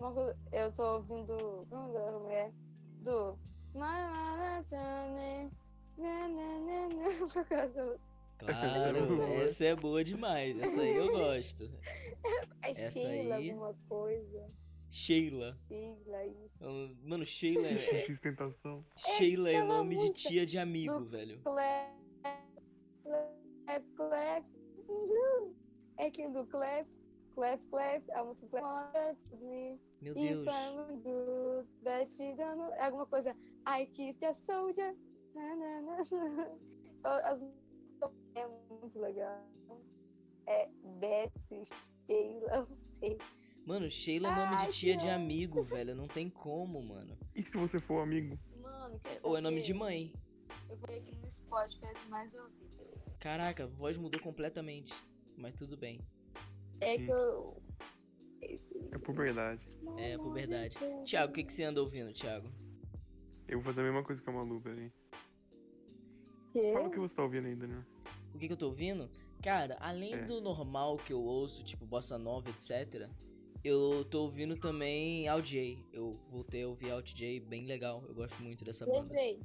Speaker 3: Nossa, eu tô ouvindo. Como é que é? Do. Maratone, né, né, né, né, por causa da música.
Speaker 2: Claro,
Speaker 1: boa.
Speaker 2: essa é boa demais. Essa aí eu gosto.
Speaker 3: É
Speaker 2: Essa
Speaker 3: Sheila,
Speaker 2: aí.
Speaker 3: alguma coisa.
Speaker 2: Sheila.
Speaker 3: Sheila, isso.
Speaker 2: Mano, Sheila
Speaker 3: *laughs*
Speaker 2: é.
Speaker 1: X tentação.
Speaker 2: Sheila é
Speaker 3: aquela
Speaker 2: nome de
Speaker 3: música
Speaker 2: tia de amigo,
Speaker 3: do-
Speaker 2: velho.
Speaker 3: Clef, clef, clef. É aquele do clef, clef, clef. A música clef. Maratone.
Speaker 2: Meu Deus.
Speaker 3: If I'm good, but you don't know- é Alguma coisa. I kissed a é soldier. Na, na, na, na. *laughs* As músicas é muito legal. É Betsy, Sheila, não sei.
Speaker 2: Mano, Sheila é nome
Speaker 3: Ai,
Speaker 2: de tia de
Speaker 3: Sheila.
Speaker 2: amigo, velho. Não tem como, mano.
Speaker 1: E se você for um amigo?
Speaker 3: Mano, quer
Speaker 2: Ou é nome
Speaker 3: saber?
Speaker 2: de mãe.
Speaker 3: Eu vou aqui no Spotify é mais ouvidas.
Speaker 2: Caraca, a voz mudou completamente. Mas tudo bem.
Speaker 3: É
Speaker 1: Hum.
Speaker 3: que eu... Esse...
Speaker 1: É puberdade.
Speaker 2: É, puberdade. Thiago, o que, que você anda ouvindo, Thiago?
Speaker 1: Eu vou fazer a mesma coisa que a Malu, peraí.
Speaker 3: Quê?
Speaker 1: Fala o que você tá ouvindo ainda, né?
Speaker 2: O que, que eu tô ouvindo? Cara, além
Speaker 1: É.
Speaker 2: do normal que eu ouço, tipo bossa nova, etc., eu tô ouvindo também Al J. Eu voltei a ouvir Al J, bem legal. Eu gosto muito dessa banda.
Speaker 3: Lembrei,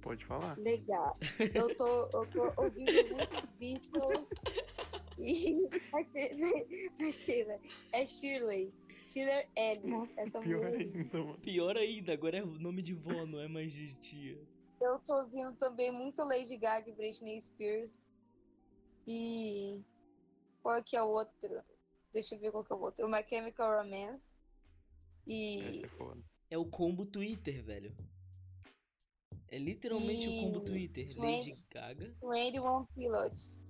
Speaker 1: Pode falar.
Speaker 3: legal. Eu tô, eu tô ouvindo muitos Beatles. E *laughs* a Shirley, a Sheila, é Shirley. Shirley Ellis. Essa
Speaker 1: Pior
Speaker 3: música.
Speaker 1: ainda, mano.
Speaker 2: Pior ainda, agora é nome de vó, não é mais de tia.
Speaker 3: Eu tô ouvindo também muito Lady Gaga e Britney Spears. E. Qual que é o outro? Deixa eu ver qual que é o outro. My Chemical Romance.
Speaker 1: Essa
Speaker 3: E.
Speaker 1: é foda.
Speaker 2: É o combo Twitter, velho. É literalmente o combo
Speaker 3: Ih,
Speaker 2: Twitter.
Speaker 3: foi-
Speaker 2: Lady Gaga.
Speaker 3: 21 Pilots.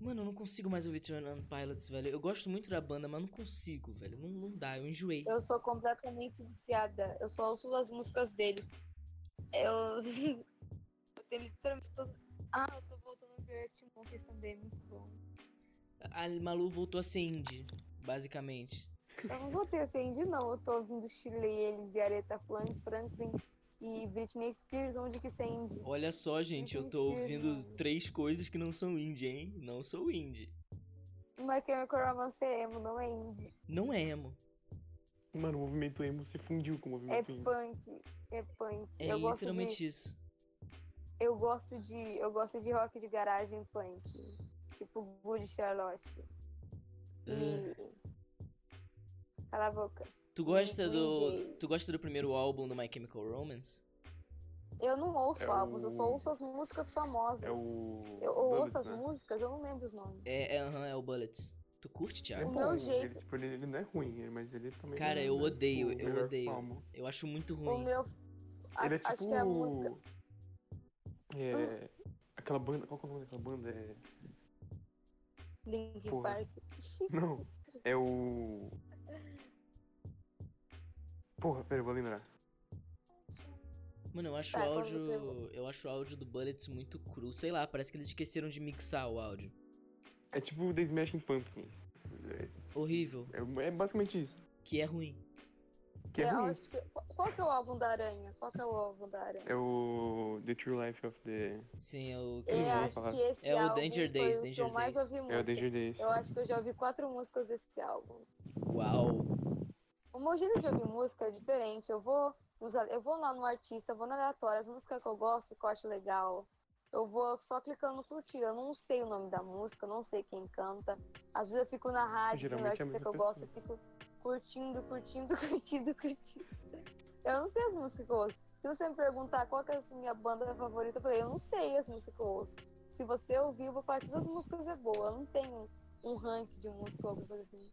Speaker 2: Mano, eu não consigo mais ouvir Twin One Pilots, velho. Eu gosto muito da banda, mas não consigo, velho. Não, não dá, eu enjoei.
Speaker 3: Eu sou completamente viciada. Eu só ouço as músicas deles. Eu. eu *laughs* tenho literalmente. todo- Ah, eu tô voltando a ver Monkeys também. Muito bom.
Speaker 2: A Malu voltou a ser indie, basicamente.
Speaker 3: Eu não voltei a ser indie, não. Eu tô ouvindo Chile, eles e Aretha Flan- Franklin e Britney Spears, onde que isso é indie?
Speaker 2: Olha só, gente, eu
Speaker 3: Britney
Speaker 2: tô
Speaker 3: Spears,
Speaker 2: ouvindo
Speaker 3: mano.
Speaker 2: três coisas que não são indie, hein? Não sou indie.
Speaker 3: My Chemical Romance é emo, não é indie.
Speaker 2: Não é emo.
Speaker 1: Mano, o movimento emo se fundiu com o
Speaker 3: É
Speaker 1: movimento emo.
Speaker 3: punk. É punk.
Speaker 2: É
Speaker 3: eu, gosto
Speaker 2: literalmente
Speaker 3: de,
Speaker 2: isso.
Speaker 3: eu gosto de. Eu gosto de rock de garagem punk. Tipo
Speaker 1: É.
Speaker 3: Good Charlotte. E. Cala a boca.
Speaker 2: Tu gosta
Speaker 3: Green
Speaker 2: do.
Speaker 3: Day.
Speaker 2: Tu gosta do primeiro álbum do My Chemical Romance?
Speaker 3: Eu não ouço
Speaker 1: É
Speaker 3: álbuns, eu só
Speaker 1: o-
Speaker 3: ouço as músicas famosas.
Speaker 1: É o.
Speaker 3: Eu eu ouço as
Speaker 1: Bullets, né?
Speaker 3: músicas, eu não lembro os nomes.
Speaker 2: É, é, aham, é o Bullets. Tu curte,
Speaker 1: Ele é
Speaker 2: Thiago?
Speaker 3: O
Speaker 1: bom,
Speaker 3: meu
Speaker 1: ele-
Speaker 3: jeito-
Speaker 1: tipo, ele, ele não é ruim, ele- mas ele também.
Speaker 2: Cara,
Speaker 1: não é,
Speaker 2: eu
Speaker 1: né,
Speaker 2: odeio,
Speaker 1: tipo, o
Speaker 2: eu
Speaker 1: melhor
Speaker 2: odeio.
Speaker 1: palmo.
Speaker 2: Eu acho muito
Speaker 3: O
Speaker 2: ruim.
Speaker 3: meu. a-
Speaker 1: Ele é tipo.
Speaker 3: Acho que é a música. Hum.
Speaker 1: É. Aquela banda. Qual que é o nome daquela banda? É.
Speaker 3: Linkin
Speaker 1: Porra.
Speaker 3: Park.
Speaker 1: Não. É
Speaker 3: *laughs*
Speaker 1: o. Porra, pera, eu vou lembrar.
Speaker 2: Mano, eu acho o
Speaker 3: Tá, quando
Speaker 2: áudio.
Speaker 3: você-
Speaker 2: Eu acho o áudio do Bullets muito cru. Sei lá, parece que eles esqueceram de mixar o áudio.
Speaker 1: É tipo o The Smashing Pumpkins.
Speaker 2: Horrível.
Speaker 1: É, é- é basicamente isso.
Speaker 2: Que é ruim.
Speaker 1: Que é,
Speaker 3: Eu
Speaker 1: ruim.
Speaker 3: acho que- qual- Qual que é o álbum da aranha? Qual que é o álbum da aranha?
Speaker 1: É o The True Life of the.
Speaker 2: Sim, é o.
Speaker 1: Eu
Speaker 3: Eu
Speaker 1: vou
Speaker 3: acho
Speaker 1: falar.
Speaker 3: que esse
Speaker 2: É o
Speaker 3: álbum
Speaker 2: Danger
Speaker 3: foi
Speaker 2: Days,
Speaker 3: o que
Speaker 2: Danger
Speaker 3: eu mais
Speaker 2: Days.
Speaker 3: ouvi
Speaker 1: É o
Speaker 3: música.
Speaker 1: Danger Days.
Speaker 3: Eu acho que eu já ouvi quatro músicas desse álbum.
Speaker 2: Uau!
Speaker 3: O meu jeito de ouvir música é diferente. Eu vou, nos a- eu vou lá no artista, eu vou no aleatório, as músicas que eu gosto, que eu acho legal. Eu vou só clicando curtir. Eu não sei o nome da música, eu não sei quem canta. Às vezes eu fico na rádio, assim, no
Speaker 1: Geralmente é a
Speaker 3: artista que
Speaker 1: mesma
Speaker 3: eu gosto, eu fico curtindo, curtindo, *laughs* curtindo, curtindo. Eu não sei as músicas que eu ouço. Se você me perguntar qual que é a minha banda favorita, eu falei, eu não sei as músicas que eu ouço. Se você ouvir, eu vou falar que todas as músicas é boa. Eu não tenho um ranking de música ou alguma coisa assim.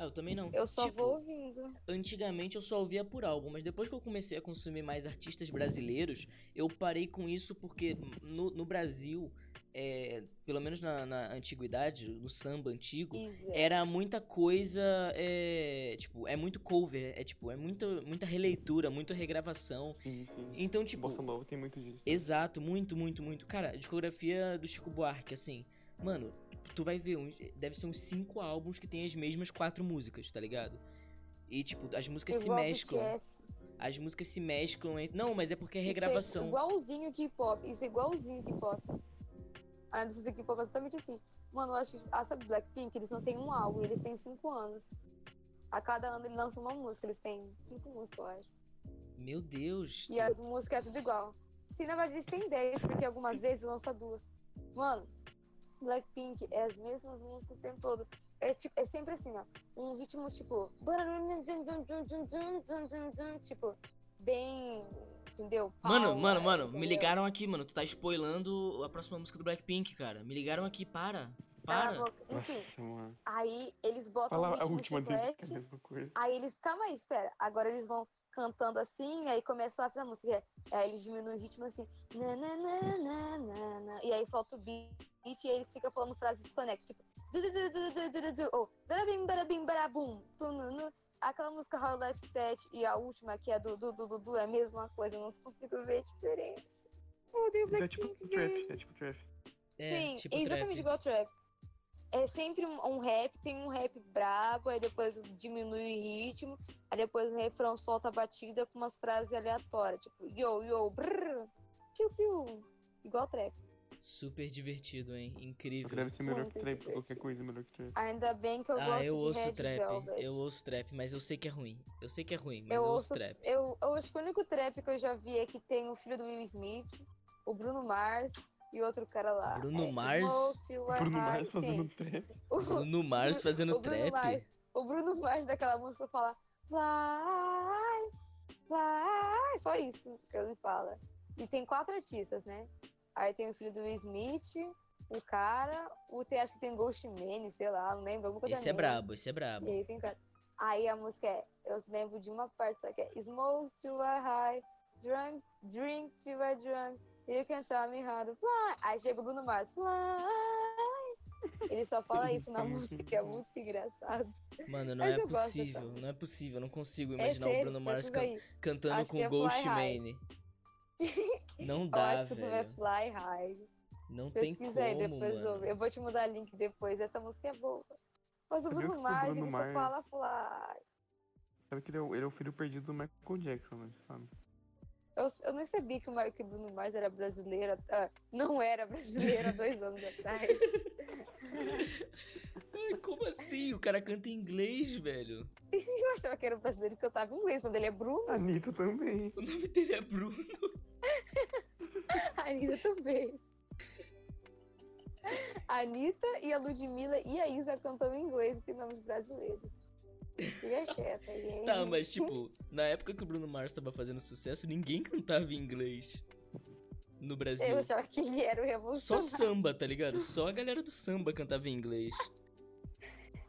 Speaker 2: Ah, eu também não.
Speaker 3: Eu só
Speaker 2: Tipo,
Speaker 3: vou ouvindo.
Speaker 2: Antigamente eu só ouvia por álbum, mas depois que eu comecei a consumir mais artistas brasileiros, eu parei com isso porque no, no Brasil, é, pelo menos na, na antiguidade, no samba antigo,
Speaker 3: Isa.
Speaker 2: era muita coisa, é, tipo, é muito cover, é tipo, é muita, muita releitura, muita regravação.
Speaker 1: Sim, sim.
Speaker 2: Então, tipo,
Speaker 1: Bossa Nova tem muito disso.
Speaker 2: exato, muito, muito, muito. Cara, a discografia do Chico Buarque, assim, mano, tu vai ver, uns, deve ser uns cinco álbuns que tem as mesmas quatro músicas, tá ligado? E, tipo, as músicas
Speaker 3: igual
Speaker 2: se mesclam.
Speaker 3: BTS.
Speaker 2: As músicas se mesclam. Entre... Não, mas é porque é
Speaker 3: é Isso é
Speaker 2: regravação.
Speaker 3: igualzinho K-pop. Isso é igualzinho K-pop. A indústria do K-pop é exatamente assim. Mano, eu acho que. Ah, sabe Blackpink? Eles não têm um álbum, eles têm cinco anos. A cada ano eles lançam uma música, eles têm cinco músicas, eu acho.
Speaker 2: Meu Deus.
Speaker 3: E as músicas é tudo igual. Sim, na verdade eles têm dez, porque algumas vezes lança duas. Mano, Blackpink é as mesmas músicas o tempo todo. É, tipo, é sempre assim, ó. Um ritmo tipo. Tipo, bem. Entendeu?
Speaker 2: Mano,
Speaker 3: Palma,
Speaker 2: mano, mano, me
Speaker 3: entendeu?
Speaker 2: ligaram aqui, mano. Tu tá spoilando a próxima música do Blackpink, cara. Me ligaram aqui, para.
Speaker 3: Cala a
Speaker 2: Para.
Speaker 3: boca. Enfim,
Speaker 1: Nossa, mano.
Speaker 3: aí eles botam
Speaker 1: Fala
Speaker 3: o
Speaker 1: a
Speaker 3: ritmo
Speaker 1: última dele, que é a
Speaker 3: chiclete,
Speaker 1: mesma coisa.
Speaker 3: aí eles. Calma aí, espera. Agora eles vão cantando assim, aí começa a fazer a música. Aí eles diminuem o ritmo assim. Na, na, na, na, na, na. E aí solta o beat e aí eles ficam falando frases desconectadas, tipo. Du, du, du, du, du, du, du, du, ou barabim, barabim, barabum. tu, nu, nu. Aquela música How Last Tet e a última, que é do Dudu Dudu, é a mesma coisa, eu não consigo ver a diferença. Eu odeio
Speaker 1: É tipo
Speaker 3: Blackpink, velho.
Speaker 1: trap, é tipo trap.
Speaker 2: É,
Speaker 3: Sim,
Speaker 2: tipo
Speaker 3: é exatamente
Speaker 2: trap.
Speaker 3: igual trap. É sempre um, um rap, tem um rap brabo, aí depois diminui o ritmo, aí depois o refrão solta a batida com umas frases aleatórias, tipo yo, yo, brrr, piu, piu. Igual trap.
Speaker 2: Super divertido, hein?
Speaker 1: Só que
Speaker 2: Incrível.
Speaker 1: deve ser melhor que
Speaker 3: Muito
Speaker 1: trap, qualquer
Speaker 3: divertido.
Speaker 1: coisa é melhor que trap.
Speaker 3: Ainda bem que eu
Speaker 2: ah,
Speaker 3: gosto
Speaker 2: eu
Speaker 3: de
Speaker 2: ouço
Speaker 3: Red
Speaker 2: trap.
Speaker 3: Velvet.
Speaker 2: Eu ouço trap, mas eu sei que é ruim. Eu sei que é ruim, mas eu,
Speaker 3: Eu
Speaker 2: ouço
Speaker 3: ouço- *laughs*
Speaker 2: trap.
Speaker 3: Eu, eu acho que o único trap que eu já vi é que tem o filho do Will Smith, o Bruno Mars e outro cara lá.
Speaker 2: Bruno
Speaker 3: É,
Speaker 2: Mars?
Speaker 3: Smoke to a
Speaker 1: Bruno
Speaker 3: Heart,
Speaker 1: Mars fazendo um
Speaker 3: sim.
Speaker 1: trap.
Speaker 3: O-
Speaker 2: Bruno Mars fazendo
Speaker 3: o Bruno
Speaker 2: trap?
Speaker 3: Mars, o Bruno Mars daquela música fala vai, vai, só isso que ele fala. E tem quatro artistas, né? Aí tem o filho do Will Smith, o cara, o tem, acho que tem Ghost Man, sei lá, não lembro, alguma coisa
Speaker 2: Esse é
Speaker 3: Mane.
Speaker 2: brabo, esse é brabo.
Speaker 3: E aí tem cara. Aí a música é, eu lembro de uma parte só que é Smoke to a high, drunk, drink to a drunk, you can tell me how to fly. Aí chega o Bruno Mars, fly. Ele só fala
Speaker 2: *laughs*
Speaker 3: isso na
Speaker 1: Tá muito
Speaker 3: música, é
Speaker 1: bom.
Speaker 3: muito engraçado.
Speaker 2: Mano, não
Speaker 3: Mas
Speaker 2: é
Speaker 3: eu gosto dessa
Speaker 2: possível.
Speaker 3: música.
Speaker 2: Não é possível. eu Não consigo
Speaker 3: É
Speaker 2: imaginar o
Speaker 3: sério,
Speaker 2: Bruno Mars
Speaker 3: pesquisa
Speaker 2: can-
Speaker 3: aí.
Speaker 2: cantando
Speaker 3: Acho
Speaker 2: com
Speaker 3: que é Fly
Speaker 2: Ghost
Speaker 3: High. *laughs*
Speaker 2: Mane. Não
Speaker 3: Eu
Speaker 2: dá,
Speaker 3: acho que o
Speaker 2: velho.
Speaker 3: nome é Fly High.
Speaker 2: Não tem como,
Speaker 3: Pesquisa aí, depois
Speaker 2: mano.
Speaker 3: ouve. eu vou te mandar link depois, essa música é boa. Mas o
Speaker 1: Sabia
Speaker 3: Bruno
Speaker 1: que o
Speaker 3: Mars,
Speaker 1: Bruno
Speaker 3: ele
Speaker 1: Mars-
Speaker 3: só fala Fly.
Speaker 1: Sabe que ele é, o, ele é o filho perdido do Michael Jackson, né? Sabe?
Speaker 3: Eu, eu nem sabia que o Mar- que o Bruno Mars era brasileiro, ah, não era
Speaker 2: *laughs*
Speaker 3: brasileiro há dois anos atrás.
Speaker 2: Ai, *laughs* como assim? O cara canta em inglês, velho.
Speaker 3: Eu achava que era brasileiro porque eu tava em inglês, quando ele é Bruno, *laughs*
Speaker 1: A Anitta Ah, também.
Speaker 2: O nome dele é Bruno.
Speaker 3: a Anitta também. A Anitta e a Ludmilla e a Isa cantam em inglês e tem nomes brasileiros. Fica quieta, gente.
Speaker 2: Tá, mas
Speaker 3: *laughs*
Speaker 2: tipo, na época que o Bruno Mars tava fazendo sucesso, ninguém cantava em inglês no Brasil.
Speaker 3: Eu achava que ele era o
Speaker 2: Só
Speaker 3: revolucionário.
Speaker 2: samba, tá ligado? Só a galera do samba cantava em inglês.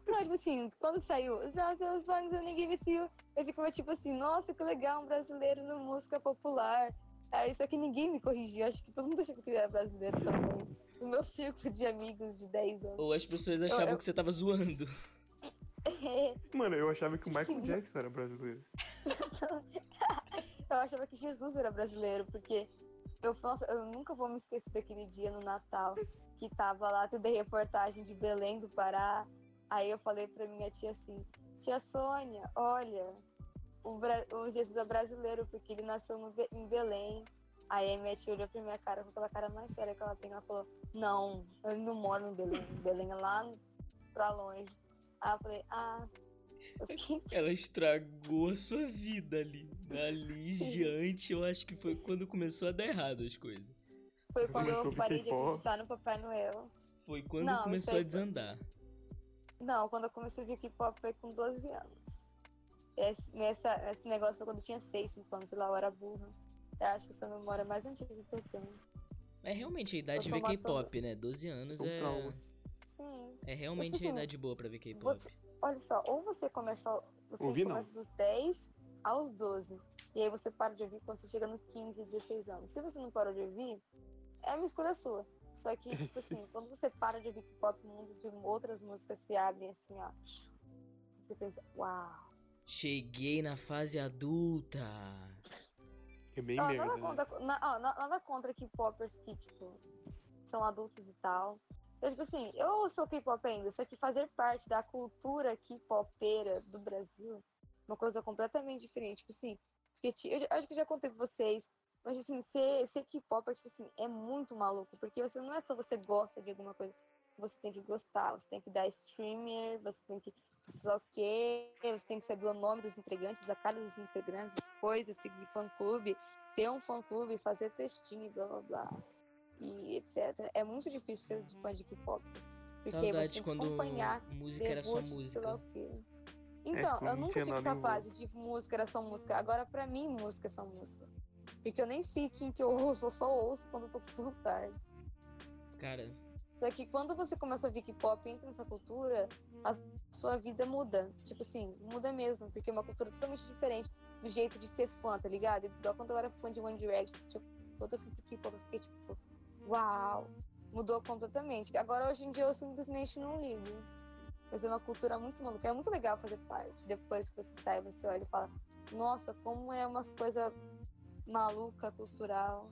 Speaker 3: Não, tipo assim, quando saiu Some Seus Songs and I Give It To You, eu ficava tipo assim, nossa, que legal, um brasileiro na música popular. Aí, só que ninguém me corrigia, acho que todo mundo achava que eu era brasileiro também. Do meu círculo de amigos de 10 anos.
Speaker 2: Ou as pessoas achavam
Speaker 3: eu-
Speaker 2: que você tava zoando. *laughs*
Speaker 3: *laughs*
Speaker 1: Mano, eu achava que o Michael
Speaker 3: Sim.
Speaker 1: Jackson era brasileiro.
Speaker 3: eu achava que Jesus era brasileiro, porque eu, nossa, eu nunca vou me esquecer daquele dia no Natal que tava lá toda a reportagem de Belém do Pará. Aí eu falei pra minha tia assim, tia Sônia, olha, o, Bra- o Jesus é brasileiro, porque ele nasceu no Be- em Belém. Aí a minha tia olhou pra minha cara com aquela cara mais séria que ela tem, ela falou, não, ele não mora em Belém, Belém é lá pra longe. Aí eu falei, ah, eu fiquei
Speaker 2: Ela estragou a sua vida ali. Ali em diante, eu acho que foi quando começou a dar errado as coisas.
Speaker 3: Foi quando
Speaker 1: Começou
Speaker 3: eu
Speaker 1: com
Speaker 3: parei de
Speaker 1: K-pop.
Speaker 3: acreditar no Papai Noel.
Speaker 2: Foi quando
Speaker 3: Não, isso
Speaker 2: começou
Speaker 3: aí
Speaker 2: a
Speaker 3: foi-
Speaker 2: desandar.
Speaker 3: Não, quando eu comecei a ver K-pop foi com 12 anos. Esse, nessa, esse negócio foi quando eu tinha 6, 5 anos, sei lá, eu era burra. Eu acho que essa é a memória mais antiga que eu tenho.
Speaker 2: É realmente a idade de
Speaker 3: tô
Speaker 2: ver
Speaker 3: matando.
Speaker 2: K-pop, né? 12 anos
Speaker 1: Um trauma.
Speaker 2: é,
Speaker 3: Sim.
Speaker 2: é realmente
Speaker 3: assim,
Speaker 2: a idade boa pra ver K-pop.
Speaker 3: Você, olha só, ou você começa. Você tem
Speaker 1: Ouvi
Speaker 3: que
Speaker 1: não.
Speaker 3: começa dos 10 aos 12. E aí você para de ouvir quando você chega no 15, 16 anos. Se você não parou de ouvir, é uma escolha sua. Só
Speaker 1: *laughs*
Speaker 3: que, tipo assim, quando você para de ouvir K-pop, o mundo de outras músicas se abrem assim, ó. Você pensa, uau.
Speaker 2: Cheguei na fase adulta.
Speaker 1: É bem
Speaker 3: Ó,
Speaker 1: merda.
Speaker 3: Ah, nada,
Speaker 1: né?
Speaker 3: contra, na- ó, na- nada contra K-popers que, tipo, são adultos e tal. Eu, tipo assim, eu sou K-pop ainda, só que fazer parte da cultura K-popera do Brasil é uma coisa completamente diferente. Tipo assim, porque ti- eu, já- acho que eu já contei pra vocês, mas tipo assim, ser, ser K-popper, tipo assim, é muito maluco, porque você não é só você gosta de alguma coisa, você tem que gostar, você tem que dar streamer, você tem que sei lá o quê, você tem que saber o nome dos integrantes, a cara dos integrantes, coisas, seguir fã-clube, ter um fã-clube, fazer textinho, e blá blá blá, e etc. É muito difícil ser de fã de K-pop, porque você
Speaker 2: Saudade
Speaker 3: tem que
Speaker 2: quando
Speaker 3: acompanhar
Speaker 2: música era só
Speaker 3: debut, sei lá
Speaker 2: música.
Speaker 3: o quê. Então,
Speaker 1: quando
Speaker 3: eu
Speaker 1: É, tipo, não
Speaker 3: nunca
Speaker 1: tinha
Speaker 3: tive
Speaker 1: nada
Speaker 3: essa
Speaker 1: em
Speaker 3: fase de música era só música. Agora, pra mim, música é só música. Porque eu nem sei quem que eu ouço, eu só ouço quando eu tô com vontade.
Speaker 2: Cara,
Speaker 3: Só É que quando você começa a ouvir K-pop e entra nessa cultura, a sua vida muda. Tipo assim, muda mesmo, porque é uma cultura totalmente diferente do jeito de ser fã, tá ligado? Igual quando eu era fã de One Direction, tipo, quando eu fui pro K-pop, eu fiquei tipo, uau! Mudou completamente. Agora, hoje em dia, eu simplesmente não ligo. Mas é uma cultura muito maluca. É muito legal fazer parte. Depois que você sai, você olha e fala, nossa, como é umas coisas maluca, cultural.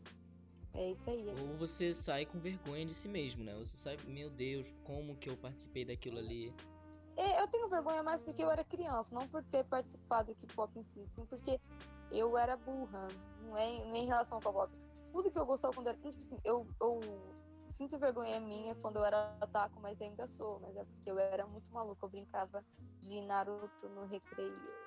Speaker 3: É isso aí.
Speaker 2: ou você sai com vergonha de si mesmo, né? Você sai, meu Deus, como que eu participei daquilo ali?
Speaker 3: É, eu tenho vergonha mais porque eu era criança, não por ter participado do K-pop em si, sim porque eu era burra, não é, não é em relação ao K-pop. Tudo que eu gostava quando era. Tipo assim, eu, eu sinto vergonha minha quando eu era otaku, mas ainda sou, mas é porque eu era muito maluca, eu brincava de Naruto no recreio.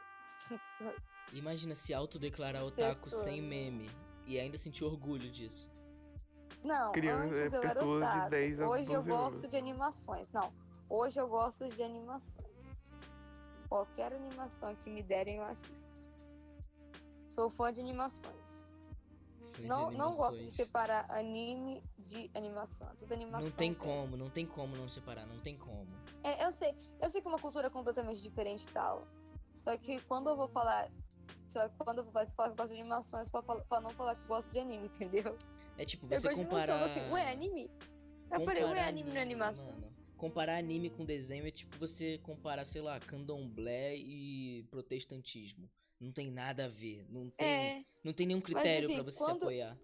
Speaker 2: Imagina se autodeclarar otaku
Speaker 3: Sexto
Speaker 2: sem
Speaker 3: ano.
Speaker 2: meme e ainda sentir orgulho disso.
Speaker 3: Não,
Speaker 1: Criança- é,
Speaker 3: antes eu era
Speaker 1: pessoas de
Speaker 3: otaku.
Speaker 1: 10 a
Speaker 3: Hoje eu
Speaker 1: 12 anos.
Speaker 3: gosto de animações. Não, hoje eu gosto de animações. Qualquer animação que me derem, eu assisto. Sou fã de animações.
Speaker 2: Fãs de
Speaker 3: Não, não gosto de
Speaker 2: animações.
Speaker 3: separar anime de animação. É Tudo animação.
Speaker 2: Não tem
Speaker 3: velho.
Speaker 2: como, não tem como não separar, não tem como.
Speaker 3: É, eu sei, eu sei que é uma cultura completamente diferente e tal. Só que quando eu vou falar. Só que quando eu vou falar que eu gosto de animações, pra, falar- pra não falar que eu gosto de anime, *laughs* entendeu?
Speaker 2: É tipo,
Speaker 3: eu
Speaker 2: você
Speaker 3: gosto
Speaker 2: comparar...
Speaker 3: de animação, assim, ué, anime? Eu falei, ué,
Speaker 2: comparar
Speaker 3: anime não é animação.
Speaker 2: mano. Comparar anime com desenho é tipo você comparar, sei lá, candomblé e protestantismo. Não tem nada a ver, não tem,
Speaker 3: É,
Speaker 2: não tem nenhum critério
Speaker 3: enfim,
Speaker 2: pra você se
Speaker 3: quando-
Speaker 2: apoiar.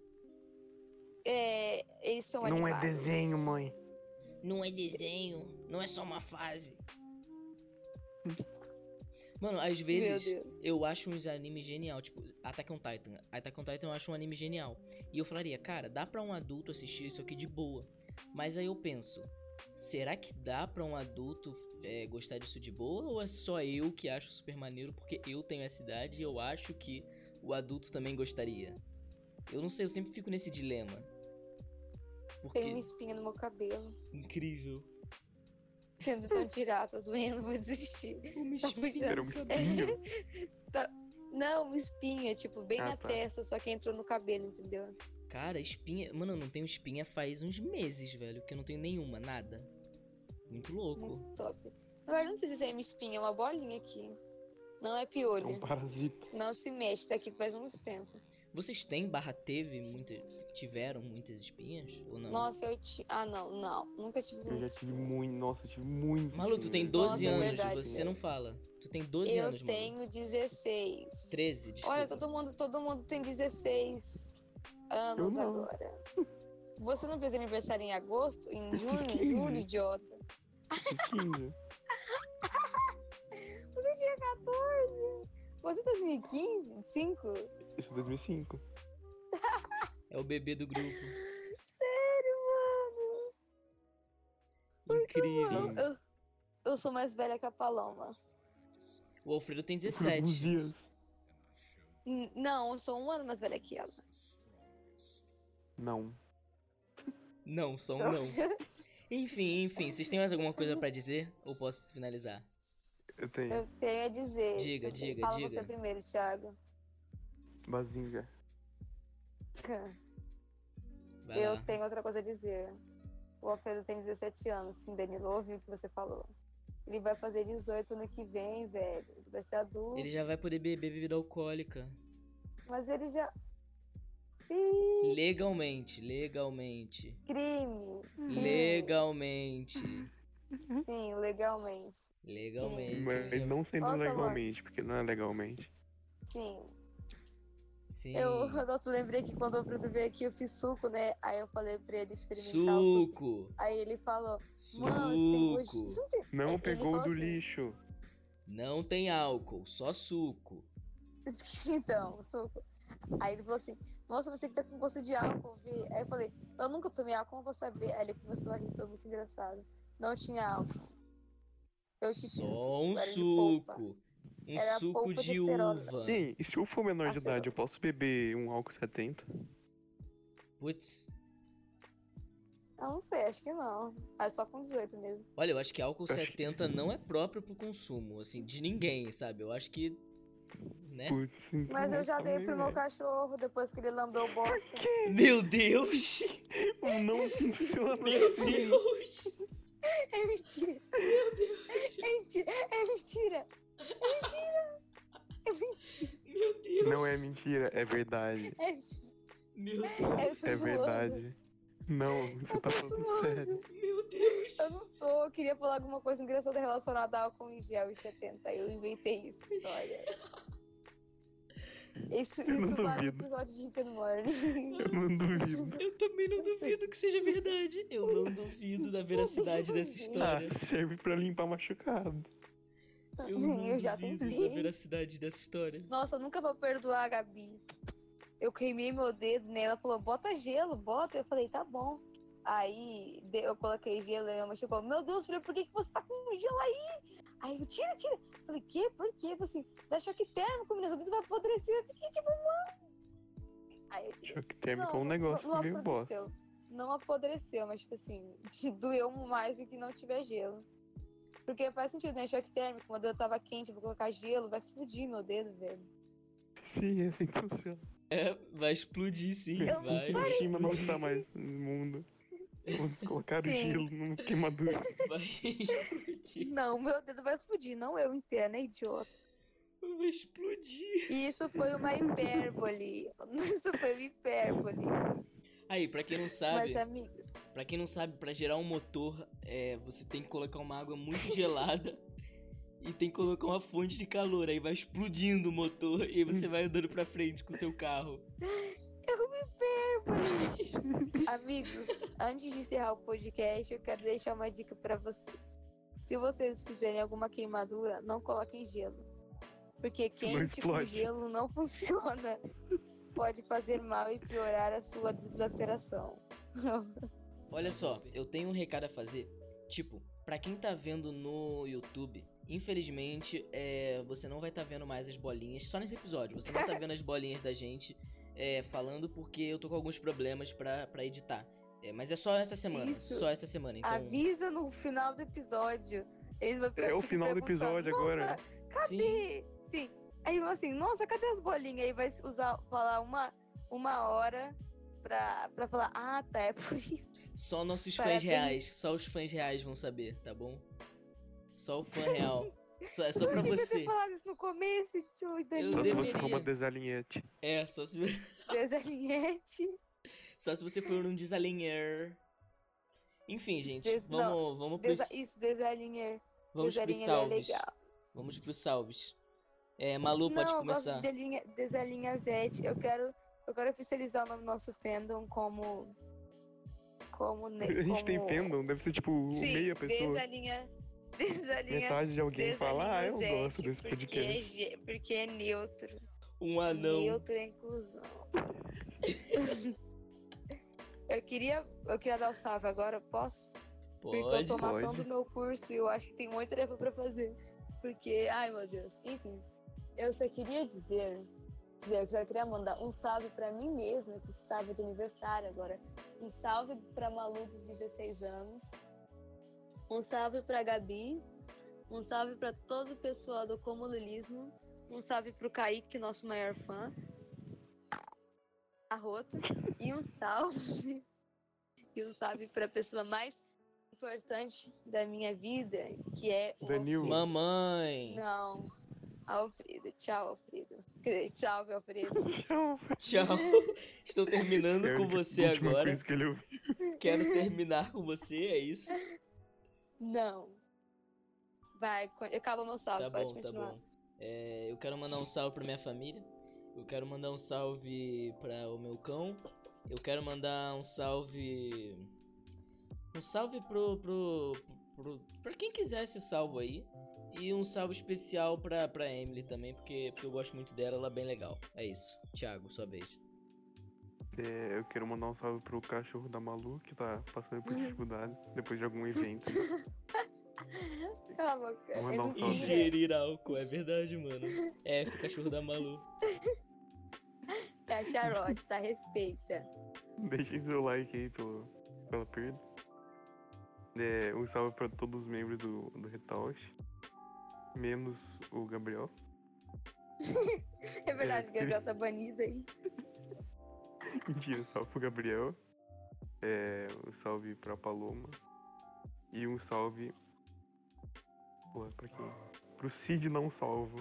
Speaker 3: é, eles são
Speaker 1: Não é
Speaker 3: animados.
Speaker 1: desenho, mãe.
Speaker 2: Não é desenho, não é só uma fase. Mano, às
Speaker 3: Meu
Speaker 2: vezes
Speaker 3: Deus.
Speaker 2: eu acho uns animes genial, tipo Attack on Titan. Attack on Titan eu acho um anime genial. E eu falaria, cara, dá pra um adulto assistir isso aqui de boa. Mas aí eu penso, será que dá pra um adulto é, gostar disso de boa? Ou é só eu que acho super maneiro porque eu tenho essa idade e eu acho que o adulto também gostaria? Eu não sei, eu sempre fico nesse dilema. Porque
Speaker 3: um Tem uma espinha no meu cabelo.
Speaker 2: incrível.
Speaker 3: Sendo tão tirar, tô doendo, vou desistir.
Speaker 2: Uma
Speaker 3: Tá puxando.
Speaker 2: espinha
Speaker 1: Era
Speaker 2: no
Speaker 3: *laughs*
Speaker 1: um
Speaker 2: cabelo.
Speaker 1: espinho.
Speaker 3: Não, uma espinha, tipo, bem
Speaker 1: Ah,
Speaker 3: na
Speaker 1: tá.
Speaker 3: testa, só que entrou no cabelo, entendeu?
Speaker 2: Cara, espinha. Mano, eu não tenho espinha faz uns meses, velho. Que eu não tenho nenhuma, nada. Muito louco.
Speaker 3: Muito top. Agora não sei se isso é uma espinha, é uma bolinha aqui. Não é
Speaker 1: É um
Speaker 3: piolho.
Speaker 1: parasita.
Speaker 3: Não se mexe, daqui faz muito tempo.
Speaker 2: Vocês têm barra teve muitas. Tiveram muitas espinhas? Ou não?
Speaker 3: Nossa, eu ti. Ah, não, não. Nunca tive
Speaker 1: Eu já
Speaker 3: muito.
Speaker 1: tive muito. Nossa, eu tive muito.
Speaker 2: Malu, tu tem
Speaker 1: espinho.
Speaker 2: 12
Speaker 3: Nossa, é
Speaker 2: anos,
Speaker 3: verdade.
Speaker 2: você não fala. Tu tem 12
Speaker 3: Eu
Speaker 2: anos, Malu.
Speaker 3: tenho 16.
Speaker 2: 13, desculpa.
Speaker 3: Olha, todo mundo, todo mundo tem 16 anos
Speaker 1: não.
Speaker 3: agora. Você não fez aniversário em agosto? Em junho?
Speaker 1: 15.
Speaker 3: Julho, idiota.
Speaker 1: Tem 15.
Speaker 3: Você tinha 14. Você tá 2015? 5?
Speaker 1: Isso é 2005.
Speaker 2: É o bebê do grupo.
Speaker 3: Sério, mano?
Speaker 2: Incrível.
Speaker 1: Sim.
Speaker 3: Eu, eu- eu sou mais velha que a Paloma.
Speaker 2: O Alfredo tem
Speaker 1: Por alguns
Speaker 2: 17.
Speaker 1: dias.
Speaker 3: N- Não, eu sou um ano mais velha que ela.
Speaker 1: Não.
Speaker 2: Não, só um não. Enfim, enfim, vocês têm mais alguma coisa pra dizer? Ou posso finalizar?
Speaker 1: Eu tenho.
Speaker 3: Eu tenho a dizer.
Speaker 2: Diga,
Speaker 3: Tudo bem.
Speaker 2: diga,
Speaker 3: Fala
Speaker 2: diga.
Speaker 3: você é primeiro, Thiago.
Speaker 1: Bazinga.
Speaker 2: Tá. Vai
Speaker 3: Eu
Speaker 2: lá.
Speaker 3: tenho outra coisa a dizer. O Alfredo tem 17 anos, sim, Danilo, ouviu o que você falou. Ele vai fazer 18 ano que vem, velho. Ele vai ser adulto.
Speaker 2: Ele já vai poder beber bebida alcoólica.
Speaker 3: Mas ele já. Ih,
Speaker 2: Legalmente, legalmente.
Speaker 3: crime!
Speaker 2: Uhum.
Speaker 3: crime.
Speaker 2: Legalmente.
Speaker 3: Sim, legalmente.
Speaker 2: Legalmente.
Speaker 1: Mas não sendo
Speaker 3: Nossa,
Speaker 1: legalmente, porque não é legalmente.
Speaker 3: Sim.
Speaker 2: Sim.
Speaker 3: Eu, *laughs* nossa, lembrei que quando o Alfredo veio aqui, eu fiz suco, né? Aí eu falei pra ele experimentar o suco.
Speaker 2: Suco.
Speaker 3: Aí ele falou: Mano, isso tem gosto. Isso
Speaker 2: Suco.
Speaker 3: não tem.
Speaker 1: Não
Speaker 3: Ele
Speaker 1: pegou
Speaker 3: falou
Speaker 1: do
Speaker 3: assim.
Speaker 1: lixo.
Speaker 2: Não tem álcool, só suco.
Speaker 3: *laughs* Então, suco. Aí ele falou assim, nossa, você que tá com gosto de álcool, Vi. Aí eu falei, eu nunca tomei álcool, como eu vou saber? Aí ele começou a rir, foi muito engraçado. Não tinha álcool. Eu que fiz. o
Speaker 2: Só um
Speaker 3: era de polpa.
Speaker 2: suco. Um
Speaker 3: Era
Speaker 2: suco
Speaker 3: polpa de
Speaker 2: de
Speaker 3: cerola.
Speaker 2: uva.
Speaker 1: Sim, e se eu for menor de
Speaker 3: Acerola.
Speaker 1: idade, eu posso beber um álcool 70?
Speaker 2: Putz.
Speaker 3: Eu não sei, acho que não. Ah, só com 18 mesmo.
Speaker 2: Olha, eu acho que álcool
Speaker 1: Eu acho que-
Speaker 2: 70 não é próprio pro consumo, assim, de ninguém, sabe? Eu acho que. Né?
Speaker 1: Putz, então
Speaker 3: Mas eu já dei
Speaker 1: também,
Speaker 3: pro meu
Speaker 1: velho.
Speaker 3: cachorro, depois que ele lambeu o bosta.
Speaker 2: Meu Deus!
Speaker 1: Tipo,
Speaker 3: *laughs*
Speaker 1: Não funciona
Speaker 2: Meu
Speaker 1: assim.
Speaker 2: Deus!
Speaker 3: É mentira. É mentira, é mentira. É mentira. É mentira.
Speaker 2: Meu Deus!
Speaker 1: Não é mentira, é verdade.
Speaker 3: É, sim.
Speaker 2: Meu Deus!
Speaker 3: é, eu tô
Speaker 1: É
Speaker 3: zoando.
Speaker 1: verdade. Não, você
Speaker 3: Eu
Speaker 1: tá
Speaker 3: tô
Speaker 1: falando
Speaker 3: zoando.
Speaker 1: sério.
Speaker 2: Meu Deus!
Speaker 3: Eu não tô, eu queria falar alguma coisa engraçada relacionada a álcool em gel e 70. Eu inventei isso, história. Isso,
Speaker 1: Eu não
Speaker 3: isso vale um
Speaker 1: duvido.
Speaker 3: episódio de Rick and Morty.
Speaker 1: Eu não
Speaker 3: *laughs*
Speaker 1: duvido.
Speaker 2: Eu também não
Speaker 3: Nossa.
Speaker 2: duvido que seja verdade. Eu não duvido da veracidade dessa história.
Speaker 1: Ah, serve pra limpar machucado.
Speaker 2: Eu
Speaker 3: Sim,
Speaker 2: não
Speaker 3: eu já
Speaker 2: duvido da
Speaker 3: tentei.
Speaker 2: veracidade dessa história.
Speaker 3: Nossa, eu nunca vou perdoar a Gabi. Eu queimei meu dedo, né? Ela falou, bota gelo, bota. Eu falei, tá bom. Aí de- eu coloquei gelo e minha mãe chegou, meu Deus, filha, por que, que você tá com gelo aí? Aí eu, tira, tira. Eu falei, que? Por quê? Eu falei assim, dá choque térmico, menina, seu dedo vai apodrecer. Eu fiquei tipo, mano. Aí eu tirei.
Speaker 1: Choque térmico é um
Speaker 3: não,
Speaker 1: negócio
Speaker 3: não
Speaker 1: que veio bosta.
Speaker 3: apodreceu. Não apodreceu, mas tipo assim, *laughs* doeu mais do que não tiver gelo. Porque faz sentido, né? Choque térmico, meu dedo tava quente, eu vou colocar gelo, vai explodir meu dedo, velho.
Speaker 1: Sim, é assim que funciona.
Speaker 2: Vai explodir, sim.
Speaker 3: Eu
Speaker 2: Vai. vai
Speaker 1: Hiroshima não
Speaker 2: explodir.
Speaker 1: está mais no mundo. Colocaram
Speaker 3: Sim.
Speaker 1: gelo no queimador.
Speaker 2: Vai explodir.
Speaker 3: Não, meu dedo vai explodir, não eu inteira, né, idiota?
Speaker 2: Vai explodir.
Speaker 3: E isso foi uma hipérbole. *laughs* Isso foi uma hipérbole.
Speaker 2: Aí, pra quem não sabe,
Speaker 3: Mas, é- amigo,
Speaker 2: pra quem não sabe, pra gerar um motor, é, você tem que colocar uma água muito gelada *laughs* e tem que colocar uma fonte de calor. Aí vai explodindo o motor e aí você vai andando pra frente com o seu carro.
Speaker 3: amigos, antes de encerrar o podcast, eu quero deixar uma dica pra vocês. Se vocês fizerem alguma queimadura, não coloquem gelo. Porque quente com
Speaker 1: explode.
Speaker 3: gelo não *laughs* funciona. Pode fazer mal e piorar a sua deslaceração.
Speaker 2: Olha só, eu tenho um recado a fazer. Tipo, pra quem tá vendo no YouTube, infelizmente é, você não vai tá vendo mais as bolinhas. Só nesse episódio, você
Speaker 3: *laughs*
Speaker 2: não tá vendo as bolinhas da gente é, falando porque eu tô com alguns problemas pra, pra editar. É, É, mas é só essa semana.
Speaker 3: Isso.
Speaker 2: Só essa semana. Então,
Speaker 3: Avisa no final do episódio. Eles vão ficar
Speaker 1: É o
Speaker 3: se
Speaker 1: final do
Speaker 3: perguntando,
Speaker 1: episódio
Speaker 3: "Nossa,
Speaker 1: agora. né?"
Speaker 3: Cadê? Sim. Aí vão assim, nossa, cadê as bolinhas? Aí vai usar, falar uma, uma hora pra, pra falar, ah, tá, é por isso.
Speaker 2: só nossos fãs
Speaker 3: Parabéns.
Speaker 2: reais. Só os fãs reais vão saber, tá bom? Só o fã
Speaker 3: *laughs*
Speaker 2: real. só, é só pra
Speaker 3: Eu devia
Speaker 2: você.
Speaker 3: ter falado isso no começo, tio,
Speaker 1: Só se
Speaker 3: Danilo.
Speaker 1: você
Speaker 2: deveria.
Speaker 1: for uma desalinhete.
Speaker 2: É, só se, *laughs*
Speaker 3: Desalinhete.
Speaker 2: só se você for um desalinhar. Enfim, gente.
Speaker 3: Des-
Speaker 2: vamos,
Speaker 3: não,
Speaker 2: vamos pros,
Speaker 3: Desa, isso, desalinhar.
Speaker 2: vamos pros
Speaker 3: desalinhar é
Speaker 2: salves.
Speaker 3: legal.
Speaker 2: Vamos pros salves. É, Malu, pode
Speaker 3: Não, eu gosto
Speaker 2: começar.
Speaker 3: de desalinha, desalinha Zete. Eu quero, eu quero oficializar o nome do nosso fandom como.
Speaker 1: *laughs*
Speaker 3: Como.
Speaker 1: A
Speaker 3: ne-
Speaker 1: gente
Speaker 3: como...
Speaker 1: tem fandom, deve ser tipo
Speaker 3: Sim,
Speaker 1: meia pessoa.
Speaker 3: *laughs* Desalinha. Desalinha.
Speaker 1: Metade de alguém
Speaker 3: Desalinha
Speaker 1: fala, ah, eu
Speaker 3: Zete,
Speaker 1: gosto desse
Speaker 3: porque É,
Speaker 1: podcast.
Speaker 3: gê- porque é neutro.
Speaker 2: Um anão.
Speaker 3: Neutro
Speaker 1: *laughs*
Speaker 3: é inclusão. eu, queria, eu queria dar o salve agora, posso? Porque eu
Speaker 2: Pode.
Speaker 3: tô matando
Speaker 1: pode.
Speaker 3: o meu curso e eu acho que tem muita tarefa pra fazer. Porque, ai meu Deus. Enfim, eu só queria dizer, quer dizer, eu só queria mandar um salve pra mim mesma, que estava de aniversário agora. Um salve pra Malu dos 16 anos. Um salve pra Gabi. Um salve pra todo o pessoal do Comulismo. Um salve pro Kaique, nosso maior fã. Arroto. E um salve. E um salve pra pessoa mais importante da minha vida, que é o
Speaker 1: Danil.
Speaker 2: Mamãe.
Speaker 3: não. Alfredo, tchau, Alfredo. Quer dizer, Tchau, Alfredo.
Speaker 1: Tchau.
Speaker 3: *laughs*
Speaker 2: Tchau. Estou terminando
Speaker 1: É a
Speaker 2: com
Speaker 1: última-
Speaker 2: você
Speaker 1: última
Speaker 2: agora.
Speaker 1: coisa que ele ouviu.
Speaker 2: Quero terminar com você, é isso?
Speaker 3: Não. Vai, co- acabou meu salve,
Speaker 2: Tá
Speaker 3: Ah,
Speaker 2: bom,
Speaker 3: pode
Speaker 2: tá
Speaker 3: continuar.
Speaker 2: bom. É, eu quero mandar um salve pra minha família. Eu quero mandar um salve pra o meu cão. Eu quero mandar um salve. Um salve pro. pro, pro pra quem quiser esse salvo aí. E um salve especial pra, pra Emily também, porque, porque eu gosto muito dela, ela é bem legal. É isso. Thiago, sua vez.
Speaker 1: É, eu quero mandar um salve pro cachorro da Malu, que tá passando
Speaker 3: Hum.
Speaker 1: por dificuldade depois de algum evento.
Speaker 3: Cala a boca.
Speaker 1: Vou
Speaker 3: É
Speaker 1: mandar um salve.
Speaker 3: mentira.
Speaker 2: Ingerir álcool, é verdade, mano. *laughs* É, fica cachorro da Malu.
Speaker 3: Tá, Charlotte, tá, respeita.
Speaker 1: *laughs* Deixem seu like aí pelo, pela perda. É, um salve pra todos os membros do, do Retouch. Menos o Gabriel. *laughs*
Speaker 3: É verdade, o Gabriel tá banido aí.
Speaker 1: Mentira, um salve pro Gabriel. É, um salve pra Paloma. E um salve. Pô, pra quem? Pro Cid não salvo.